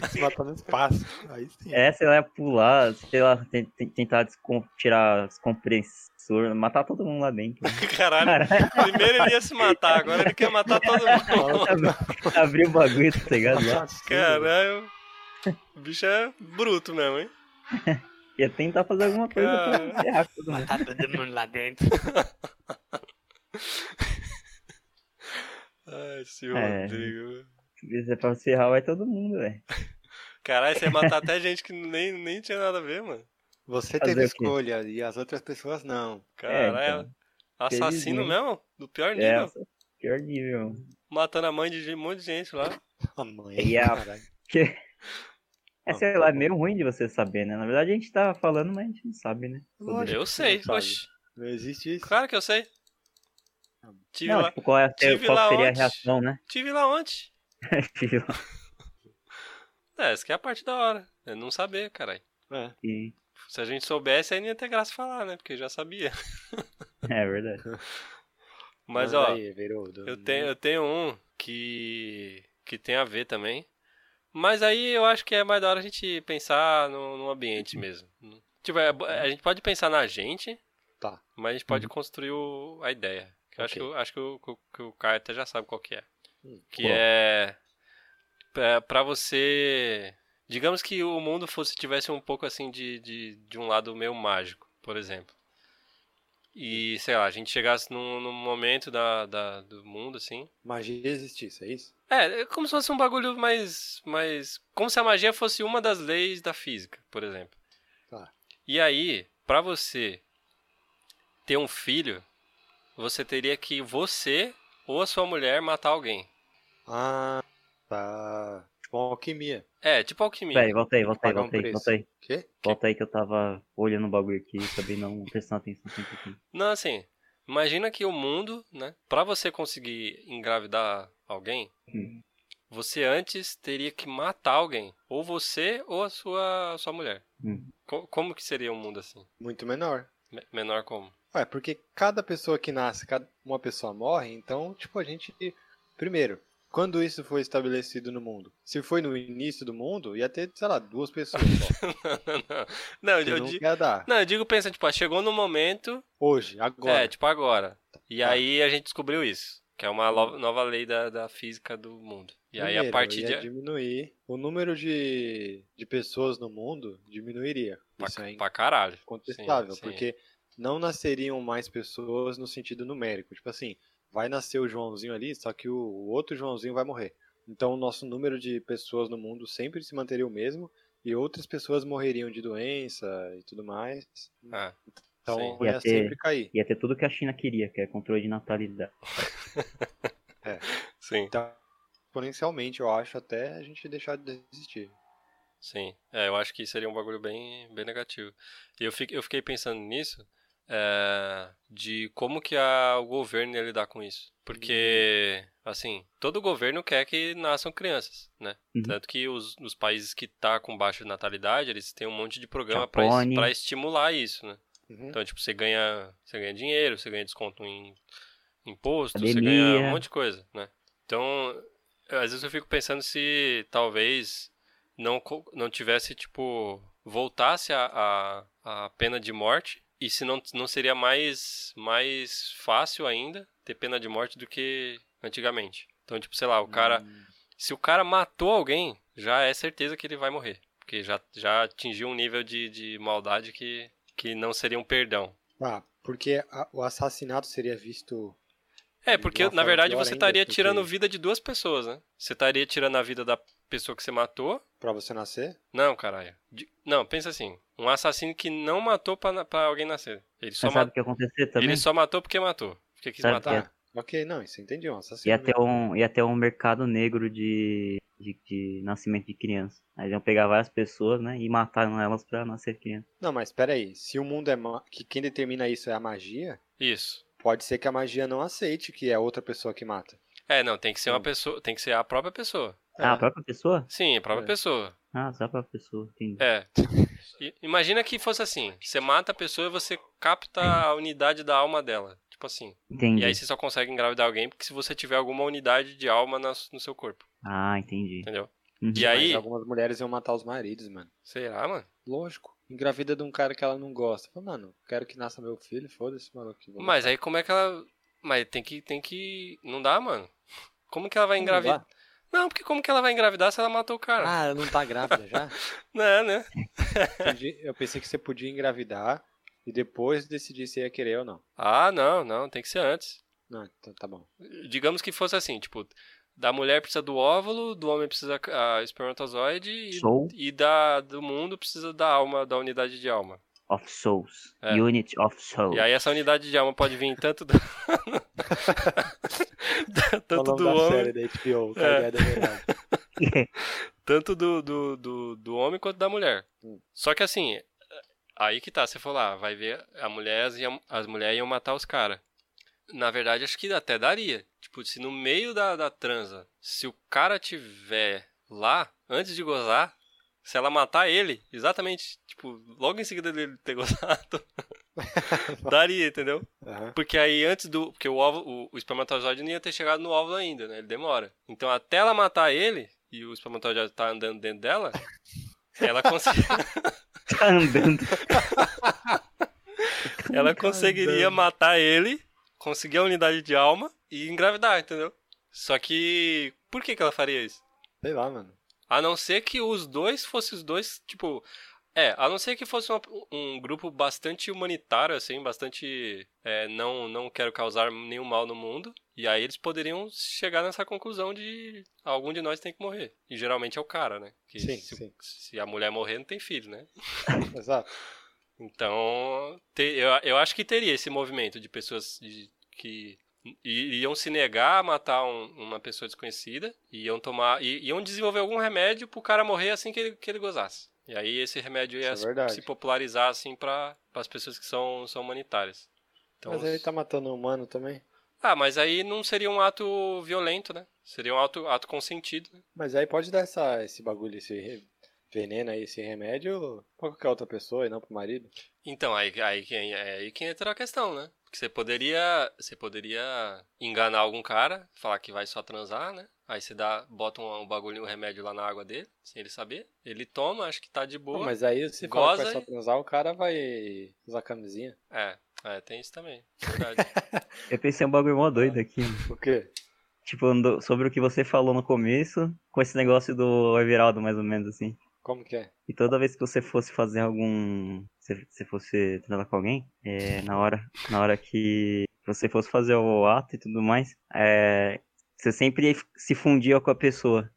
S8: você matar no espaço. Aí sim.
S5: É, sei lá, pular, sei lá, ten- ten- tentar descom- tirar os compressores, matar todo mundo lá dentro.
S7: Caralho. Primeiro ele ia se matar, agora ele quer matar todo mundo.
S5: Ab- Abrir o bagulho, tá ligado? Lá.
S7: Caralho. O bicho é bruto mesmo, hein?
S5: Ia tentar fazer alguma coisa
S7: Cara.
S5: pra ferrar com todo mundo.
S4: Tá todo mundo lá dentro.
S7: Ai, esse
S5: É.
S7: Rodrigo.
S5: Se é pra ferrar, vai todo mundo, velho.
S7: Caralho, você ia matar até gente que nem, nem tinha nada a ver, mano.
S8: Você
S5: Fazer
S8: teve
S5: o quê?
S8: escolha e as outras pessoas não.
S7: Caralho. Assassino
S5: Felizmente.
S7: mesmo? Do pior nível.
S5: É, nossa, pior nível.
S7: Matando a mãe de um monte de gente lá.
S8: A mãe.
S5: E a-
S8: caralho.
S7: Ah,
S5: É,
S7: tá
S5: sei lá, é meio ruim de você saber, né? Na verdade, a gente tá falando, mas a gente não sabe, né?
S8: Lógico
S7: Eu
S8: que
S7: sei,
S8: não sabe.
S7: oxe.
S8: Não existe isso.
S7: Claro que eu sei. Tive
S5: não,
S7: lá.
S5: tipo, qual, é,
S7: Tive
S5: qual
S7: lá
S5: seria
S7: ontem.
S5: a reação, né? Tipo,
S7: Tive lá ontem.
S5: Tive lá
S7: É, essa que é a parte da hora. É não saber, caralho.
S8: É.
S5: ontem.
S7: Se a gente soubesse, aí não ia ter graça falar, né? Porque eu já sabia.
S5: É verdade.
S7: Mas,
S8: Manda
S7: ó,
S8: aí, Veroldo.
S7: Eu
S5: né?
S7: tenho, eu tenho um que, que tem a ver também. Mas aí eu acho que é mais da hora a gente pensar no, no
S8: Uhum.
S7: ambiente mesmo. Tipo, é bo- a gente pode pensar na gente,
S8: Tá.
S7: mas a gente pode construir o- a ideia. Que eu acho,
S8: Ok.
S7: que, eu- acho que, o, que o- que o Caio até já sabe qual que é.
S8: Hum,
S7: Que
S5: qual?
S7: é pra, pra você... Digamos que o mundo fosse tivesse um pouco assim de, de, de um lado meio mágico, por exemplo. E, sei lá, a gente chegasse num, num momento da, da, do mundo, assim,
S8: Magia existisse, é isso?
S7: é, é como se fosse um bagulho mais, mais. Como se a magia fosse uma das leis da física, por exemplo.
S8: Tá.
S7: E aí, pra você ter um filho, você teria que você ou a sua mulher matar alguém.
S8: Ah, tá. Tipo uma alquimia.
S7: É, tipo alquimia.
S5: Peraí, volta aí, volta aí,
S8: Pagar um
S5: volta aí,
S8: preço.
S5: volta aí.
S8: Quê?
S5: Volta aí que eu tava olhando o bagulho aqui e também não prestando atenção sempre aqui.
S7: Não, assim, imagina que o mundo, né? Pra você conseguir engravidar alguém,
S5: Hum.
S7: você antes teria que matar alguém. Ou você ou a sua, a sua mulher.
S5: Hum.
S7: Co- como que seria um mundo assim?
S8: Muito menor.
S7: Me- Menor como?
S8: Ué, porque cada pessoa que nasce, cada uma pessoa morre, então, tipo, a gente. Primeiro, Quando isso foi estabelecido no mundo? Se foi no início do mundo, ia ter, sei lá, duas pessoas só.
S7: Não,
S8: que
S7: eu,
S8: não
S7: di-
S8: ia dar.
S7: não, eu digo pensando, tipo, ah, chegou no momento.
S8: Hoje, agora.
S7: É, tipo, agora. E
S8: Tá.
S7: aí a gente descobriu isso. Que é uma lo- nova lei da, da física do mundo. E aí, a
S8: Primeiro,
S7: partir
S8: ia
S7: de.
S8: diminuir o número de, de pessoas no mundo diminuiria.
S7: Pra,
S8: Isso é
S7: pra caralho.
S8: incontestável,
S7: sim.
S8: porque não nasceriam mais pessoas no sentido numérico. Tipo assim, vai nascer o Joãozinho ali, só que o, o outro Joãozinho vai morrer. Então o nosso número de pessoas no mundo sempre se manteria o mesmo e outras pessoas morreriam de doença e tudo mais.
S7: Ah,
S8: Então
S7: sim.
S8: ia
S5: Ia ter-
S8: sempre cair.
S5: Ia ter tudo que a China queria, que é controle de natalidade.
S7: sim,
S8: Então, exponencialmente, eu acho, até a gente deixar de existir.
S7: sim. É, eu acho que seria um bagulho bem, bem negativo. E eu, fi- eu fiquei pensando nisso. é, de como que a- o governo ia lidar com isso. Porque, assim, todo governo quer que nasçam crianças, né?
S5: Uhum.
S7: Tanto que os, os países que tá com baixa natalidade, eles têm um monte de programa pra
S5: Japone.
S7: es- pra estimular isso, né?
S8: Uhum.
S7: Então, tipo, você ganha, você ganha dinheiro, você ganha desconto em imposto, você
S5: Academia.
S7: ganha um monte de coisa, né? Então, eu- às vezes eu fico pensando se talvez não, co- não tivesse, tipo, voltasse a, a, a pena de morte e se não, não seria mais, mais fácil ainda ter pena de morte do que antigamente. Então, tipo, sei lá, o
S5: Hum.
S7: cara... Se o cara matou alguém, já é certeza que ele vai morrer. Porque já, já atingiu um nível de, de maldade que, que não seria um perdão.
S8: Ah, porque a- o assassinato seria visto
S7: É,
S8: E
S7: porque
S8: uma
S7: na
S8: forma
S7: verdade
S8: pior
S7: você
S8: ainda,
S7: estaria
S8: porque-
S7: tirando vida de duas pessoas, né? Você estaria tirando a vida da pessoa que você matou.
S8: pra você nascer?
S7: Não, caralho. De- Não, pensa assim. Um assassino que não matou pra, na- pra alguém nascer. Ele só,
S5: Mas sabe
S7: ma-
S5: o que ia acontecer também?
S7: ele só matou porque matou. Porque quis
S5: Sabe
S7: matar.
S5: que é-
S8: Ok, não, isso eu entendi, um assassino.
S5: Ia
S7: né?
S5: ter, um, ia ter um mercado negro de, de, de nascimento de criança. Aí eles iam pegar várias pessoas, né? E mataram elas pra nascer criança.
S8: Não, mas peraí, se o mundo é ma... que quem determina isso é a magia,
S7: Isso.
S8: pode ser que a magia não aceite que é outra pessoa que mata.
S7: É, não, tem que ser uma
S8: Hum.
S7: pessoa. Tem que ser a própria pessoa.
S5: Ah,
S8: É.
S5: a própria pessoa?
S7: Sim, a própria
S8: É.
S7: pessoa.
S5: Ah, só a própria pessoa. Entendi.
S7: É. I- Imagina que fosse assim: você mata a pessoa e você capta a unidade da alma dela. Tipo assim.
S5: Entendi.
S7: E aí você só consegue engravidar alguém porque se você tiver alguma unidade de alma na- no seu corpo.
S5: Ah, entendi.
S7: Entendeu?
S5: Uhum.
S7: E aí.
S8: Mas algumas mulheres iam matar os maridos, mano.
S7: Será, mano?
S8: Lógico. Engravida de um cara que ela não gosta. Fala, mano, quero que nasça meu filho, foda-se, maluco. vou
S7: Mas aí como é que ela. Mas tem que. tem que. Não dá, mano. Como que ela vai
S8: matar. Não
S7: engravidar?
S8: dá?
S7: Não, porque como que ela vai engravidar se ela matou o cara?
S8: Ah, ela não tá grávida já?
S7: Não, né?
S8: Entendi. Eu pensei que você podia engravidar e depois decidir se ia querer ou não.
S7: Ah, não, não, tem que ser antes.
S8: Não, então tá bom.
S7: Digamos que fosse assim, tipo, da mulher precisa do óvulo, do homem precisa a espermatozoide e
S5: Soul
S7: E da, do mundo precisa da alma, da unidade de alma.
S5: of Souls.
S7: É.
S5: Unit of Souls.
S7: E aí essa unidade de alma pode vir tanto do. tanto
S8: Falando
S7: do
S8: da
S7: homem,
S8: série da HBO, que
S7: É.
S8: a ideia da verdade.
S7: tanto do, do, do, do homem quanto da mulher.
S8: Hum.
S7: Só que assim, aí que tá, você falou, ah, vai ver a mulher, as mulheres iam matar os caras. Na verdade, acho que até daria. Tipo, se no meio da, da transa, se o cara tiver lá, antes de gozar, se ela matar ele, exatamente, tipo, logo em seguida dele ter gozado, daria, entendeu?
S8: Aham.
S7: Porque aí antes do. Porque o, ovo, o, o espermatozoide não ia ter chegado no óvulo ainda, né? Ele demora. Então até ela matar ele e o espermatozoide tá andando dentro dela, ela, conse-
S5: Tá andando.
S7: ela conseguiria matar ele, conseguir a unidade de alma e engravidar, entendeu? Só que. Por que, que ela faria isso?
S8: Sei lá, mano.
S7: A não ser que os dois fossem os dois, tipo. É, a não ser que fosse uma- um grupo bastante humanitário, assim, bastante. é, não, não quero causar nenhum mal no mundo. E aí eles poderiam chegar nessa conclusão de algum de nós tem que morrer. E geralmente é o cara, né? Que
S8: Sim,
S7: se,
S8: sim.
S7: se a mulher morrer, não tem filho, né?
S8: Exato.
S7: Então, te- eu, eu acho que teria esse movimento de pessoas de- que i- iam se negar a matar um- uma pessoa desconhecida, iam tomar, i- iam desenvolver algum remédio pro cara morrer assim que ele, que ele gozasse. E aí esse remédio ia
S8: Isso é
S7: se-
S8: verdade.
S7: se popularizar assim para as pessoas que são, são humanitárias. Então,
S8: Mas ele tá matando um humano também.
S7: Ah, mas aí não seria um ato violento, né? Seria um ato, ato consentido. né?
S8: Mas aí pode dar essa, esse bagulho, esse re- veneno aí, esse remédio pra qualquer outra pessoa e não pro marido.
S7: Então, aí, aí, quem- é aí que entra a questão, né? Porque você poderia, você poderia enganar algum cara, falar que vai só transar, né? Aí você dá, bota um, um bagulho, um remédio lá na água dele, sem ele saber. Ele toma, acho que tá de boa.
S8: Não, mas aí se for
S7: Goza
S8: só
S7: e-
S8: transar, o cara vai usar camisinha.
S7: É, é, tem isso também. Verdade.
S5: Eu pensei um bagulho mó doido aqui.
S8: O quê?
S5: Tipo, no- sobre o que você falou no começo, com esse negócio do Everaldo, mais ou menos, assim.
S8: Como que é?
S5: E toda vez que você fosse fazer algum. Se se fosse transar com alguém, é, na, hora, na hora que você fosse fazer o ato e tudo mais, é, você sempre se fundia com a pessoa.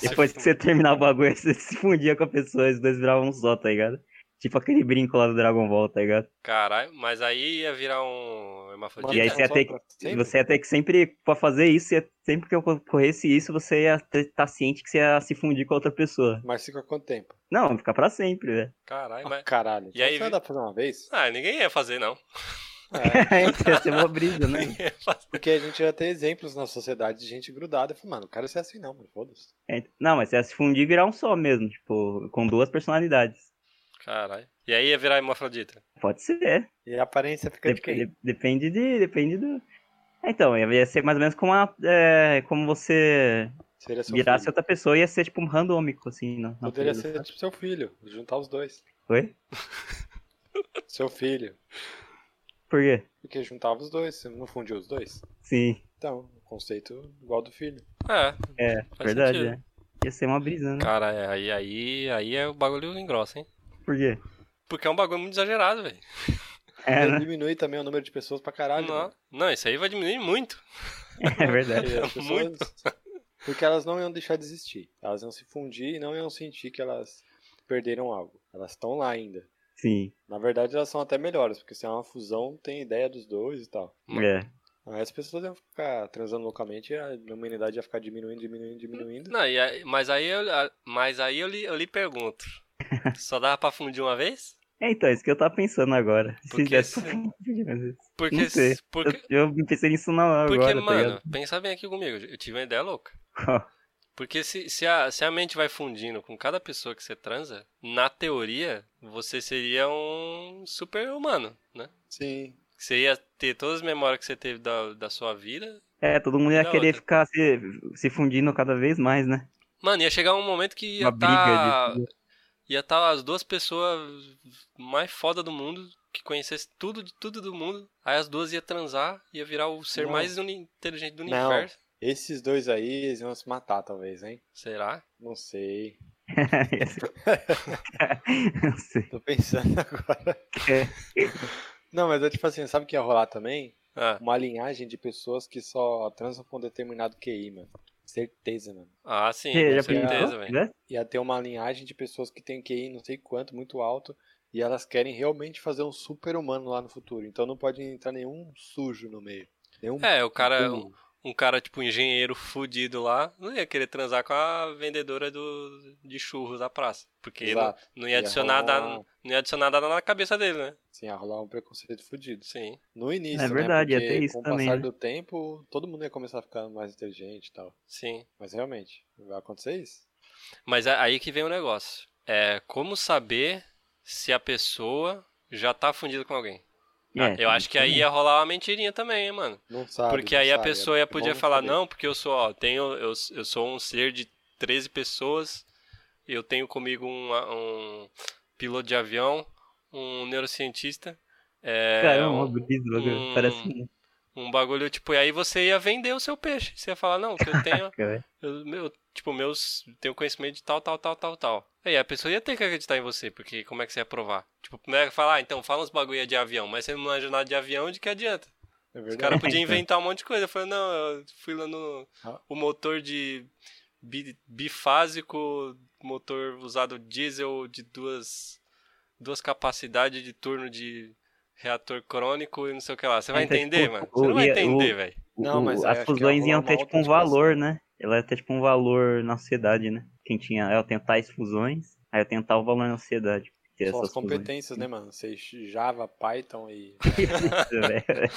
S5: Depois que você terminava o bagulho, você se fundia com a pessoa, os dois viravam um só, tá ligado? Tipo aquele brinco lá do Dragon Ball, tá ligado?
S7: Caralho, mas aí ia virar um hermafrodita.
S5: E aí
S8: tá
S5: você ia ter que- Você ia ter que sempre, pra fazer isso, ia- sempre que ocorresse isso, você ia estar ciente que você ia se fundir com a outra pessoa.
S8: Mas fica quanto tempo?
S5: Não, fica pra sempre, né? velho.
S7: Caralho,
S8: Ah,
S7: mas...
S8: caralho. E
S7: aí,
S8: aí,
S7: vi-
S8: você dá pra fazer uma vez? É,
S7: Ah, ninguém ia fazer, não.
S5: ia ser uma brisa, né?
S7: Ninguém ia fazer.
S8: Porque a gente já tem exemplos na sociedade de gente grudada. Eu falei, mano, não quero ser assim não, mano. Foda-se.
S5: É, Não, mas você ia se fundir e virar um só mesmo, tipo, com duas personalidades.
S7: Caralho. E aí ia virar hermafrodita.
S5: Pode ser.
S8: E a aparência fica de
S5: Dep-
S8: quem?
S5: de- depende de. Depende do. É, Então, ia- ia ser mais ou menos como, a, é, como você
S8: Seria seu
S5: virasse
S8: filho.
S5: outra pessoa ia ser tipo um randômico, assim. Não, não
S8: Poderia
S5: sei.
S8: ser tipo seu filho. Juntar os dois.
S5: Oi?
S8: Seu filho.
S5: Por quê?
S8: Porque juntava os dois. Você não fundiu os dois?
S5: Sim,
S8: Então, o conceito igual do filho.
S7: É,
S5: é,
S7: Faz
S5: verdade.
S7: sentido.
S5: É. Ia ser uma brisa, né?
S7: cara, é, aí, aí, aí é o bagulho engrossa, hein?
S5: Por quê?
S7: Porque é um bagulho muito exagerado, velho.
S5: É,
S8: Ele
S5: né?
S8: diminui também o número de pessoas pra caralho.
S7: Não,
S8: mano.
S7: não, isso aí vai diminuir muito.
S5: é verdade.
S8: Porque as pessoas-
S7: Muito.
S8: Porque elas não iam deixar de existir. Elas iam se fundir e não iam sentir que elas perderam algo. Elas estão lá ainda.
S5: Sim,
S8: Na verdade, elas são até melhores, porque se é uma fusão, tem ideia dos dois e tal.
S5: é.
S8: Aí as pessoas iam ficar transando loucamente e a humanidade ia ficar diminuindo, diminuindo, diminuindo.
S7: Não, e aí- mas aí eu, mas aí eu, lhe, eu lhe pergunto. Só dava pra fundir uma vez?
S5: É, então, isso que eu tava pensando agora. Se
S7: Porque
S5: desse pra
S7: se-
S5: fundir, mas-
S7: Porque.
S5: Não sei.
S7: porque,
S5: Eu, eu pensei nisso na hora
S7: porque,
S5: agora, tá
S7: mano,
S5: ligado?
S7: pensa bem aqui comigo. Eu tive uma ideia louca. Porque se, se, a, se a mente vai fundindo com cada pessoa que você transa, na teoria, você seria um super-humano, né?
S8: Sim.
S7: Você ia ter todas as memórias que você teve da, da sua vida.
S5: É, todo mundo ia
S7: Da
S5: querer
S7: outra.
S5: ficar se, se fundindo cada vez mais, né?
S7: Mano, ia chegar um momento que ia
S5: Uma briga
S7: estar.
S5: de-
S7: Ia estar as duas pessoas mais foda do mundo, que conhecesse tudo de tudo do mundo. Aí as duas ia transar, ia virar o ser
S8: Não.
S7: mais uni- inteligente do
S8: Não.
S7: universo.
S8: Esses dois aí, eles iam se matar, talvez, hein?
S7: Será?
S8: Não sei.
S5: Ia ser- Não sei.
S8: Tô pensando agora.
S5: É.
S8: Não, mas é tipo assim, sabe o que ia rolar também?
S7: Ah,
S8: Uma linhagem de pessoas que só transam com determinado QI, mano. Certeza, mano.
S7: ah sim,
S5: Você
S7: com
S5: já
S7: certeza,
S5: pensou?
S7: velho.
S5: né?
S8: ia ter uma linhagem de pessoas que tem QI não sei quanto, muito alto, e elas querem realmente fazer um super humano lá no futuro. Então não pode entrar nenhum sujo no meio. Nenhum
S7: É, o cara, um,
S8: burro.
S7: um cara tipo engenheiro fudido lá, não ia querer transar com a vendedora do, de churros da praça. Porque não,
S8: Exato.
S7: não ia
S8: Ia
S7: adicionar
S8: rolar
S7: nada, não ia adicionar nada na cabeça dele, né?
S8: Assim, ia rolar um preconceito fudido.
S7: Sim.
S8: No início,
S5: É
S8: né?
S5: verdade, ia
S8: Porque
S5: ter isso
S8: com o
S5: também,
S8: passar
S5: né?
S8: do tempo, todo mundo ia começar a ficar mais inteligente e tal.
S7: Sim.
S8: Mas realmente, vai acontecer isso?
S7: Mas é aí que vem o negócio. É como saber se a pessoa já tá fundida com alguém. Ah,
S5: É,
S7: eu acho que aí ia rolar uma mentirinha também, hein, mano.
S8: Não sabe.
S7: porque
S8: não
S7: aí a
S8: sabe, é
S7: pessoa ia
S8: bom
S7: podia falar,
S8: saber.
S7: não, porque eu sou, ó, tenho, eu, eu sou um ser de 13 pessoas, eu tenho comigo um, um piloto de avião, um neurocientista, é,
S5: Caramba, uma
S7: um-
S5: brisa, bagulho.
S7: um-
S5: Parece um.
S7: um bagulho, tipo, e aí você ia vender o seu peixe. Você ia falar, não, que eu tenho,
S5: cara.
S7: eu, meu, tipo, meus, tenho conhecimento de tal, tal, tal, tal, tal. Aí a pessoa ia ter que acreditar em você, porque como é que você ia provar? Tipo, primeiro ia falar, ah, então fala uns bagulho de avião, mas você não manja nada de avião, de que adianta?
S8: É
S7: Os
S8: verdade.
S7: caras podiam inventar um monte de coisa. Eu falei, não, eu fui lá no
S8: Ah.
S7: o motor de bi- bifásico, motor usado diesel de duas, duas capacidades de turno de reator crônico e não sei o que lá. Você vai
S5: Então,
S7: entender,
S5: tipo,
S7: mano?
S5: o-
S7: Você não vai
S5: ia-
S7: entender,
S5: o-
S7: velho.
S5: O-
S8: Não,
S5: o-
S8: mas aí
S5: as
S8: acho que ia
S5: fusões iam
S8: rolar
S5: ter
S8: uma
S5: tipo um
S8: outra
S5: valor, né? Ela ia ter tipo um valor na sociedade, né? Quem tinha, eu tenho tais fusões, aí eu tenho tal valor na sociedade. Ter
S8: Só as
S5: essas fusões.
S8: competências, né, mano? Você Java, Python e
S5: Isso, velho.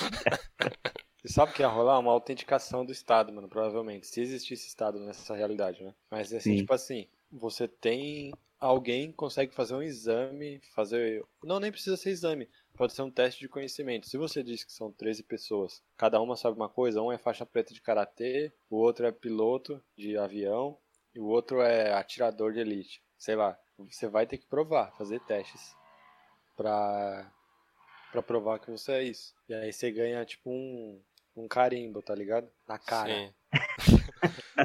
S8: E sabe o que ia rolar? Uma autenticação do Estado, mano, provavelmente. Se existisse Estado nessa realidade, né? Mas assim,
S5: Sim.
S8: tipo assim, você tem alguém consegue fazer um exame, fazer. Não, nem precisa ser exame. Pode ser um teste de conhecimento. Se você diz que são 13 pessoas, cada uma sabe uma coisa, um é faixa preta de karatê, o outro é piloto de avião e o outro é atirador de elite. Sei lá. Você vai ter que provar, fazer testes pra, pra provar que você é isso. E aí você ganha, tipo, um, um carimbo, tá ligado? Na cara.
S7: Sim.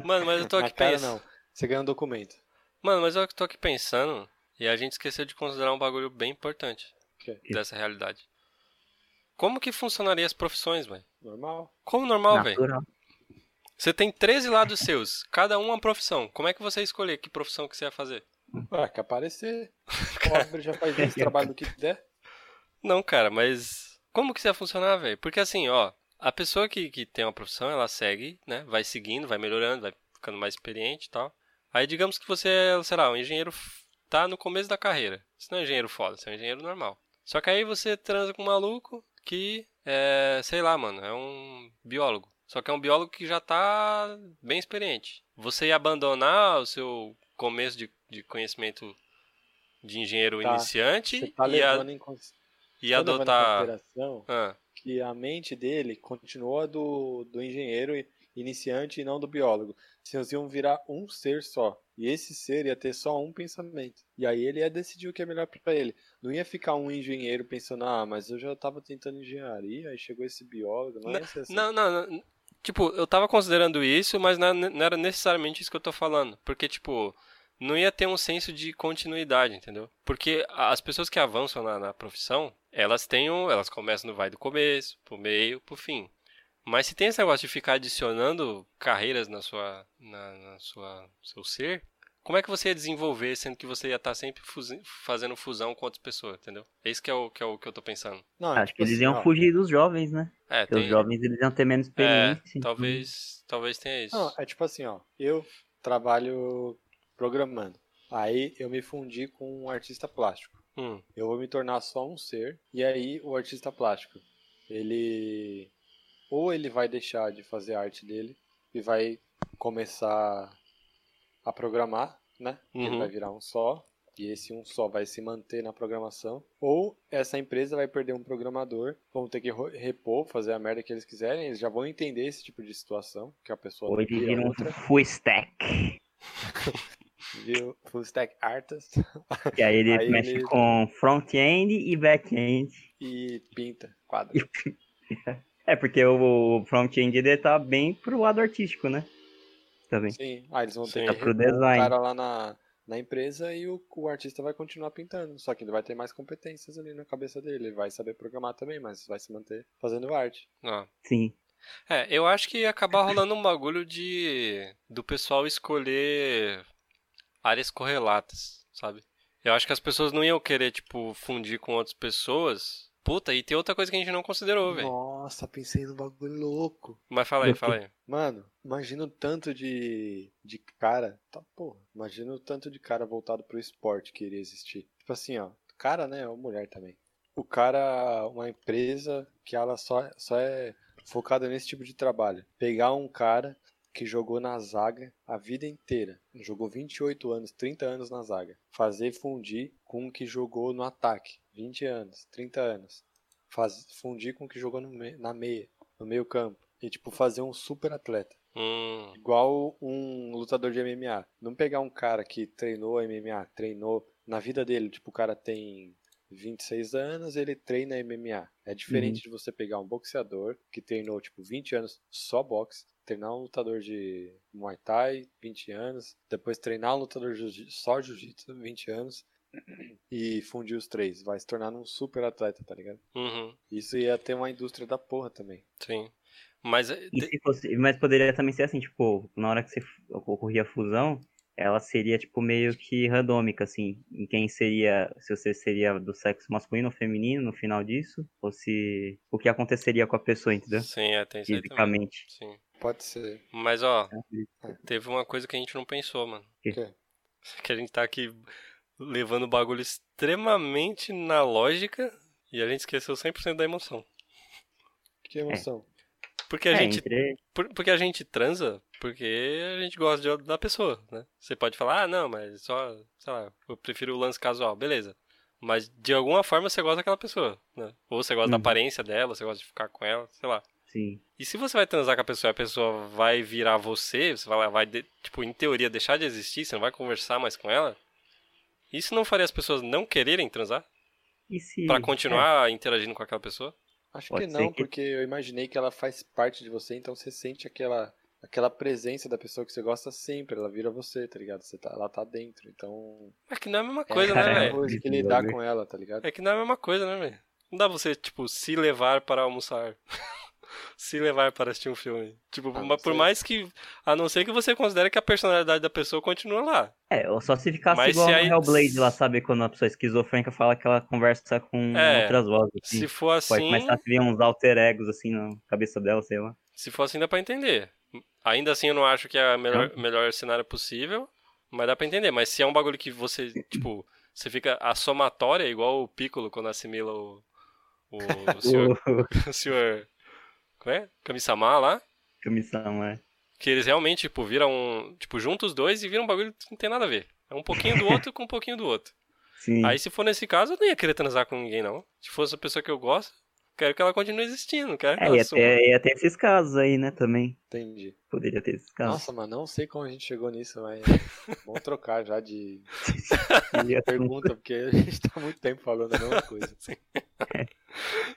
S7: Mano, mas eu tô
S8: Na
S7: aqui
S8: cara,
S7: pensando.
S8: não. Você ganha um documento.
S7: Mano, mas eu tô aqui pensando e a gente esqueceu de considerar um bagulho bem importante
S8: Que?
S7: dessa realidade. Como que funcionaria as profissões, velho?
S8: Normal.
S7: Como normal, velho?
S5: Natural.
S7: Você tem 13 lados seus, cada um uma profissão. Como é que você ia escolher que profissão que você ia fazer?
S8: Ué, que aparecer. Pobre já faz esse trabalho do que der.
S7: Não, cara, mas como que isso ia funcionar, velho? Porque assim, ó, a pessoa que, que tem uma profissão, ela segue, né? Vai seguindo, vai melhorando, vai ficando mais experiente e tal. Aí digamos que você é, sei lá, um engenheiro f- tá no começo da carreira. Você não é um engenheiro foda, você é um engenheiro normal. Só que aí você transa com um maluco que é, sei lá, mano, é um biólogo. Só que é um biólogo que já tá bem experiente. Você ia abandonar o seu começo de, de conhecimento de engenheiro
S8: Tá.
S7: iniciante
S8: Você tá
S7: e, a,
S8: levando em cons-
S7: e
S8: tá levando em
S7: adotar.
S8: consideração
S7: Ah,
S8: que a mente dele continua do, do engenheiro e- iniciante e não do biólogo. Vocês iam virar um ser só. E esse ser ia ter só um pensamento. E aí ele ia decidir o que é melhor pra ele. Não ia ficar um engenheiro pensando, ah, mas eu já tava tentando engenharia, aí chegou esse biólogo. Não, ia ser assim.
S7: não, não, não. Tipo, eu tava considerando isso, mas não era- não era necessariamente isso que eu tô falando. Porque, tipo, não ia ter um senso de continuidade, entendeu? Porque a- as pessoas que avançam na, na profissão, elas têm um, elas começam no vai do começo, pro meio, pro fim. Mas se tem esse negócio de ficar adicionando carreiras na sua, na, na sua, seu ser, como é que você ia desenvolver, sendo que você ia estar sempre fusi- fazendo fusão com outras pessoas, entendeu? É isso que é o que, é o que eu tô pensando.
S8: Não, é
S5: Acho
S8: tipo
S5: que eles
S8: assim,
S5: iam
S8: ó.
S5: fugir dos jovens, né?
S7: É,
S5: Porque
S7: tem,
S5: os jovens eles iam ter menos
S7: É,
S5: experiência. então-
S7: talvez, talvez tenha isso.
S8: Não, é tipo assim, ó. Eu trabalho programando. Aí eu me fundi com um artista plástico.
S7: Hum,
S8: Eu vou me tornar só um ser. E aí o artista plástico, ele ou ele vai deixar de fazer a arte dele e vai começar a programar, né? Ele
S7: Uhum.
S8: vai virar um só. E esse um só vai se manter na programação. Ou essa empresa vai perder um programador. Vão ter que ro- repor, fazer a merda que eles quiserem. Eles já vão entender esse tipo de situação. Que a pessoa
S5: Ou
S8: não
S5: eles
S8: cria
S5: viram
S8: outra.
S5: um full stack.
S8: Viu? Full stack artist
S5: E aí ele
S8: Aí
S5: mexe
S8: ele-
S5: com front-end e back-end.
S8: e pinta quadro.
S5: É, porque o front-end ele tá bem pro lado artístico, né? Também.
S8: Sim. Ah, eles vão ter
S7: Sim.
S8: que
S5: Tá pro
S8: repor o
S5: design.
S8: cara lá na, na empresa e o, o artista vai continuar pintando. Só que ele vai ter mais competências ali na cabeça dele. Ele vai saber programar também, mas vai se manter fazendo arte.
S7: ó.
S5: Sim.
S7: ah. É, eu acho que ia acabar rolando um bagulho de do pessoal escolher áreas correlatas, sabe? Eu acho que as pessoas não iam querer, tipo, fundir com outras pessoas. Puta, e tem outra coisa que a gente não considerou, velho.
S8: Nossa, pensei no bagulho louco.
S7: Mas fala aí, fala aí.
S8: Mano, imagina o tanto de, de cara. Tá, porra. Imagina o tanto de cara voltado pro esporte que iria existir. Tipo assim, ó. Cara, né? Ou mulher também. O cara, uma empresa que ela só, só é focada nesse tipo de trabalho. Pegar um cara que jogou na zaga a vida inteira. Jogou 28 anos, 30 anos na zaga. Fazer fundir com o que jogou no ataque. 20 anos, 30 anos. Faz, fundir com o que jogou no me- na meia, no meio campo. E, tipo, fazer um super atleta.
S7: Hum,
S8: Igual um lutador de MMA. Não pegar um cara que treinou MMA, treinou na vida dele. Tipo, o cara tem 26 anos, ele treina MMA. É
S5: Uhum.
S8: diferente de você pegar um boxeador que treinou, tipo, 20 anos só boxe, treinar um lutador de Muay Thai, 20 anos, depois treinar um lutador de jiu- só jiu-jitsu, 20 anos, e fundir os três. Vai se tornar um super atleta, tá ligado?
S7: uhum,
S8: Isso ia ter uma indústria da porra também.
S7: sim. Mas é,
S5: E
S7: de-
S5: se fosse- mas poderia também ser assim, tipo, na hora que você f- ocorria a fusão, ela seria, tipo, meio que randômica, assim, em quem seria, se você seria do sexo masculino ou feminino no final disso, ou se, o que aconteceria com a pessoa, entendeu?
S7: sim, é, tem isso aí também.
S5: Fisicamente.
S7: Sim.
S8: Pode ser.
S7: Mas, ó,
S5: né?
S7: teve uma coisa que a gente não pensou, mano.
S5: O quê?
S8: quê?
S7: Que a gente tá aqui levando o bagulho extremamente na lógica e a gente esqueceu 100% da emoção.
S8: Que emoção.
S7: Porque a
S5: É,
S7: gente
S5: entre-
S7: por- porque a gente transa Porque a gente gosta de- da pessoa, né? Você pode falar, ah, não, mas só, sei lá, eu prefiro o lance casual, beleza. Mas de alguma forma você gosta daquela pessoa, né? Ou você gosta da
S5: Uhum.
S7: aparência dela, você gosta de ficar com ela, sei lá.
S5: Sim.
S7: E se você vai transar com a pessoa e a pessoa vai virar você, você vai, vai de- tipo, em teoria, deixar de existir, você não vai conversar mais com ela, isso não faria as pessoas não quererem transar?
S5: E se.
S7: Pra continuar interagindo com aquela pessoa?
S4: Acho
S5: Pode
S4: que
S5: ser
S4: não,
S5: que-
S4: porque eu imaginei que ela faz parte de você, então você sente aquela, aquela presença da pessoa que você gosta sempre, ela vira você, tá ligado? Você tá- ela tá dentro, então.
S7: É que não é a mesma coisa,
S4: é
S7: né,
S5: cara,
S7: velho?
S4: a coisa que
S5: né?
S4: lidar com ela, tá ligado?
S7: É que não é a mesma coisa, né, velho? Não dá você, tipo, se levar para almoçar. se levar para assistir um filme. Tipo,
S4: Ah,
S7: ma-
S4: não
S7: por
S4: sei.
S7: mais que. A não ser que você considere que a personalidade da pessoa continua lá.
S5: É, ou só se ficasse
S7: Mas
S5: igual
S7: se
S5: no
S7: aí-
S5: Hellblade lá, sabe? Quando a pessoa é esquizofrênica fala que ela conversa com
S7: É,
S5: outras vozes. assim.
S7: Se for
S5: Pode
S7: assim.
S5: começar a se ver uns alter egos assim na cabeça dela, sei lá.
S7: Se for assim, dá pra entender. Ainda assim, eu não acho que é o melhor, melhor cenário possível, mas dá pra entender. Mas se é um bagulho que você, tipo, você fica a somatória, é igual o Piccolo quando assimila o. O, o senhor. o senhor. Como é? Kami-sama lá.
S5: Comissão, é.
S7: Que eles realmente, tipo, viram um. Tipo, juntam os dois e viram um bagulho que não tem nada a ver. É um pouquinho do outro com um pouquinho do outro.
S5: Sim.
S7: Aí se for nesse caso, eu não ia querer transar com ninguém, não. Se fosse a pessoa que eu gosto, quero que ela continue existindo. Quero que
S5: é,
S7: ela
S5: ia
S7: suma.
S5: ter, ia ter esses casos aí, né, também.
S4: Entendi.
S5: Poderia ter esses casos.
S4: Nossa, mano, não sei como a gente chegou nisso, mas vamos trocar já de
S5: Ia ter um-
S4: pergunta, porque a gente tá muito tempo falando a mesma coisa.
S7: Sim.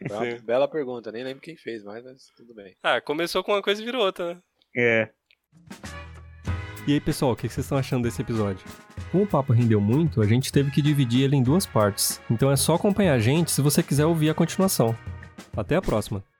S4: Foi uma
S7: Sim.
S4: bela pergunta, nem lembro quem fez, mas, mas tudo bem.
S7: Ah, começou com uma coisa e virou outra, né?
S5: É.
S1: E aí, pessoal, o que vocês estão achando desse episódio? Como o papo rendeu muito, a gente teve que dividir ele em duas partes. Então é só acompanhar a gente se você quiser ouvir a continuação. Até a próxima!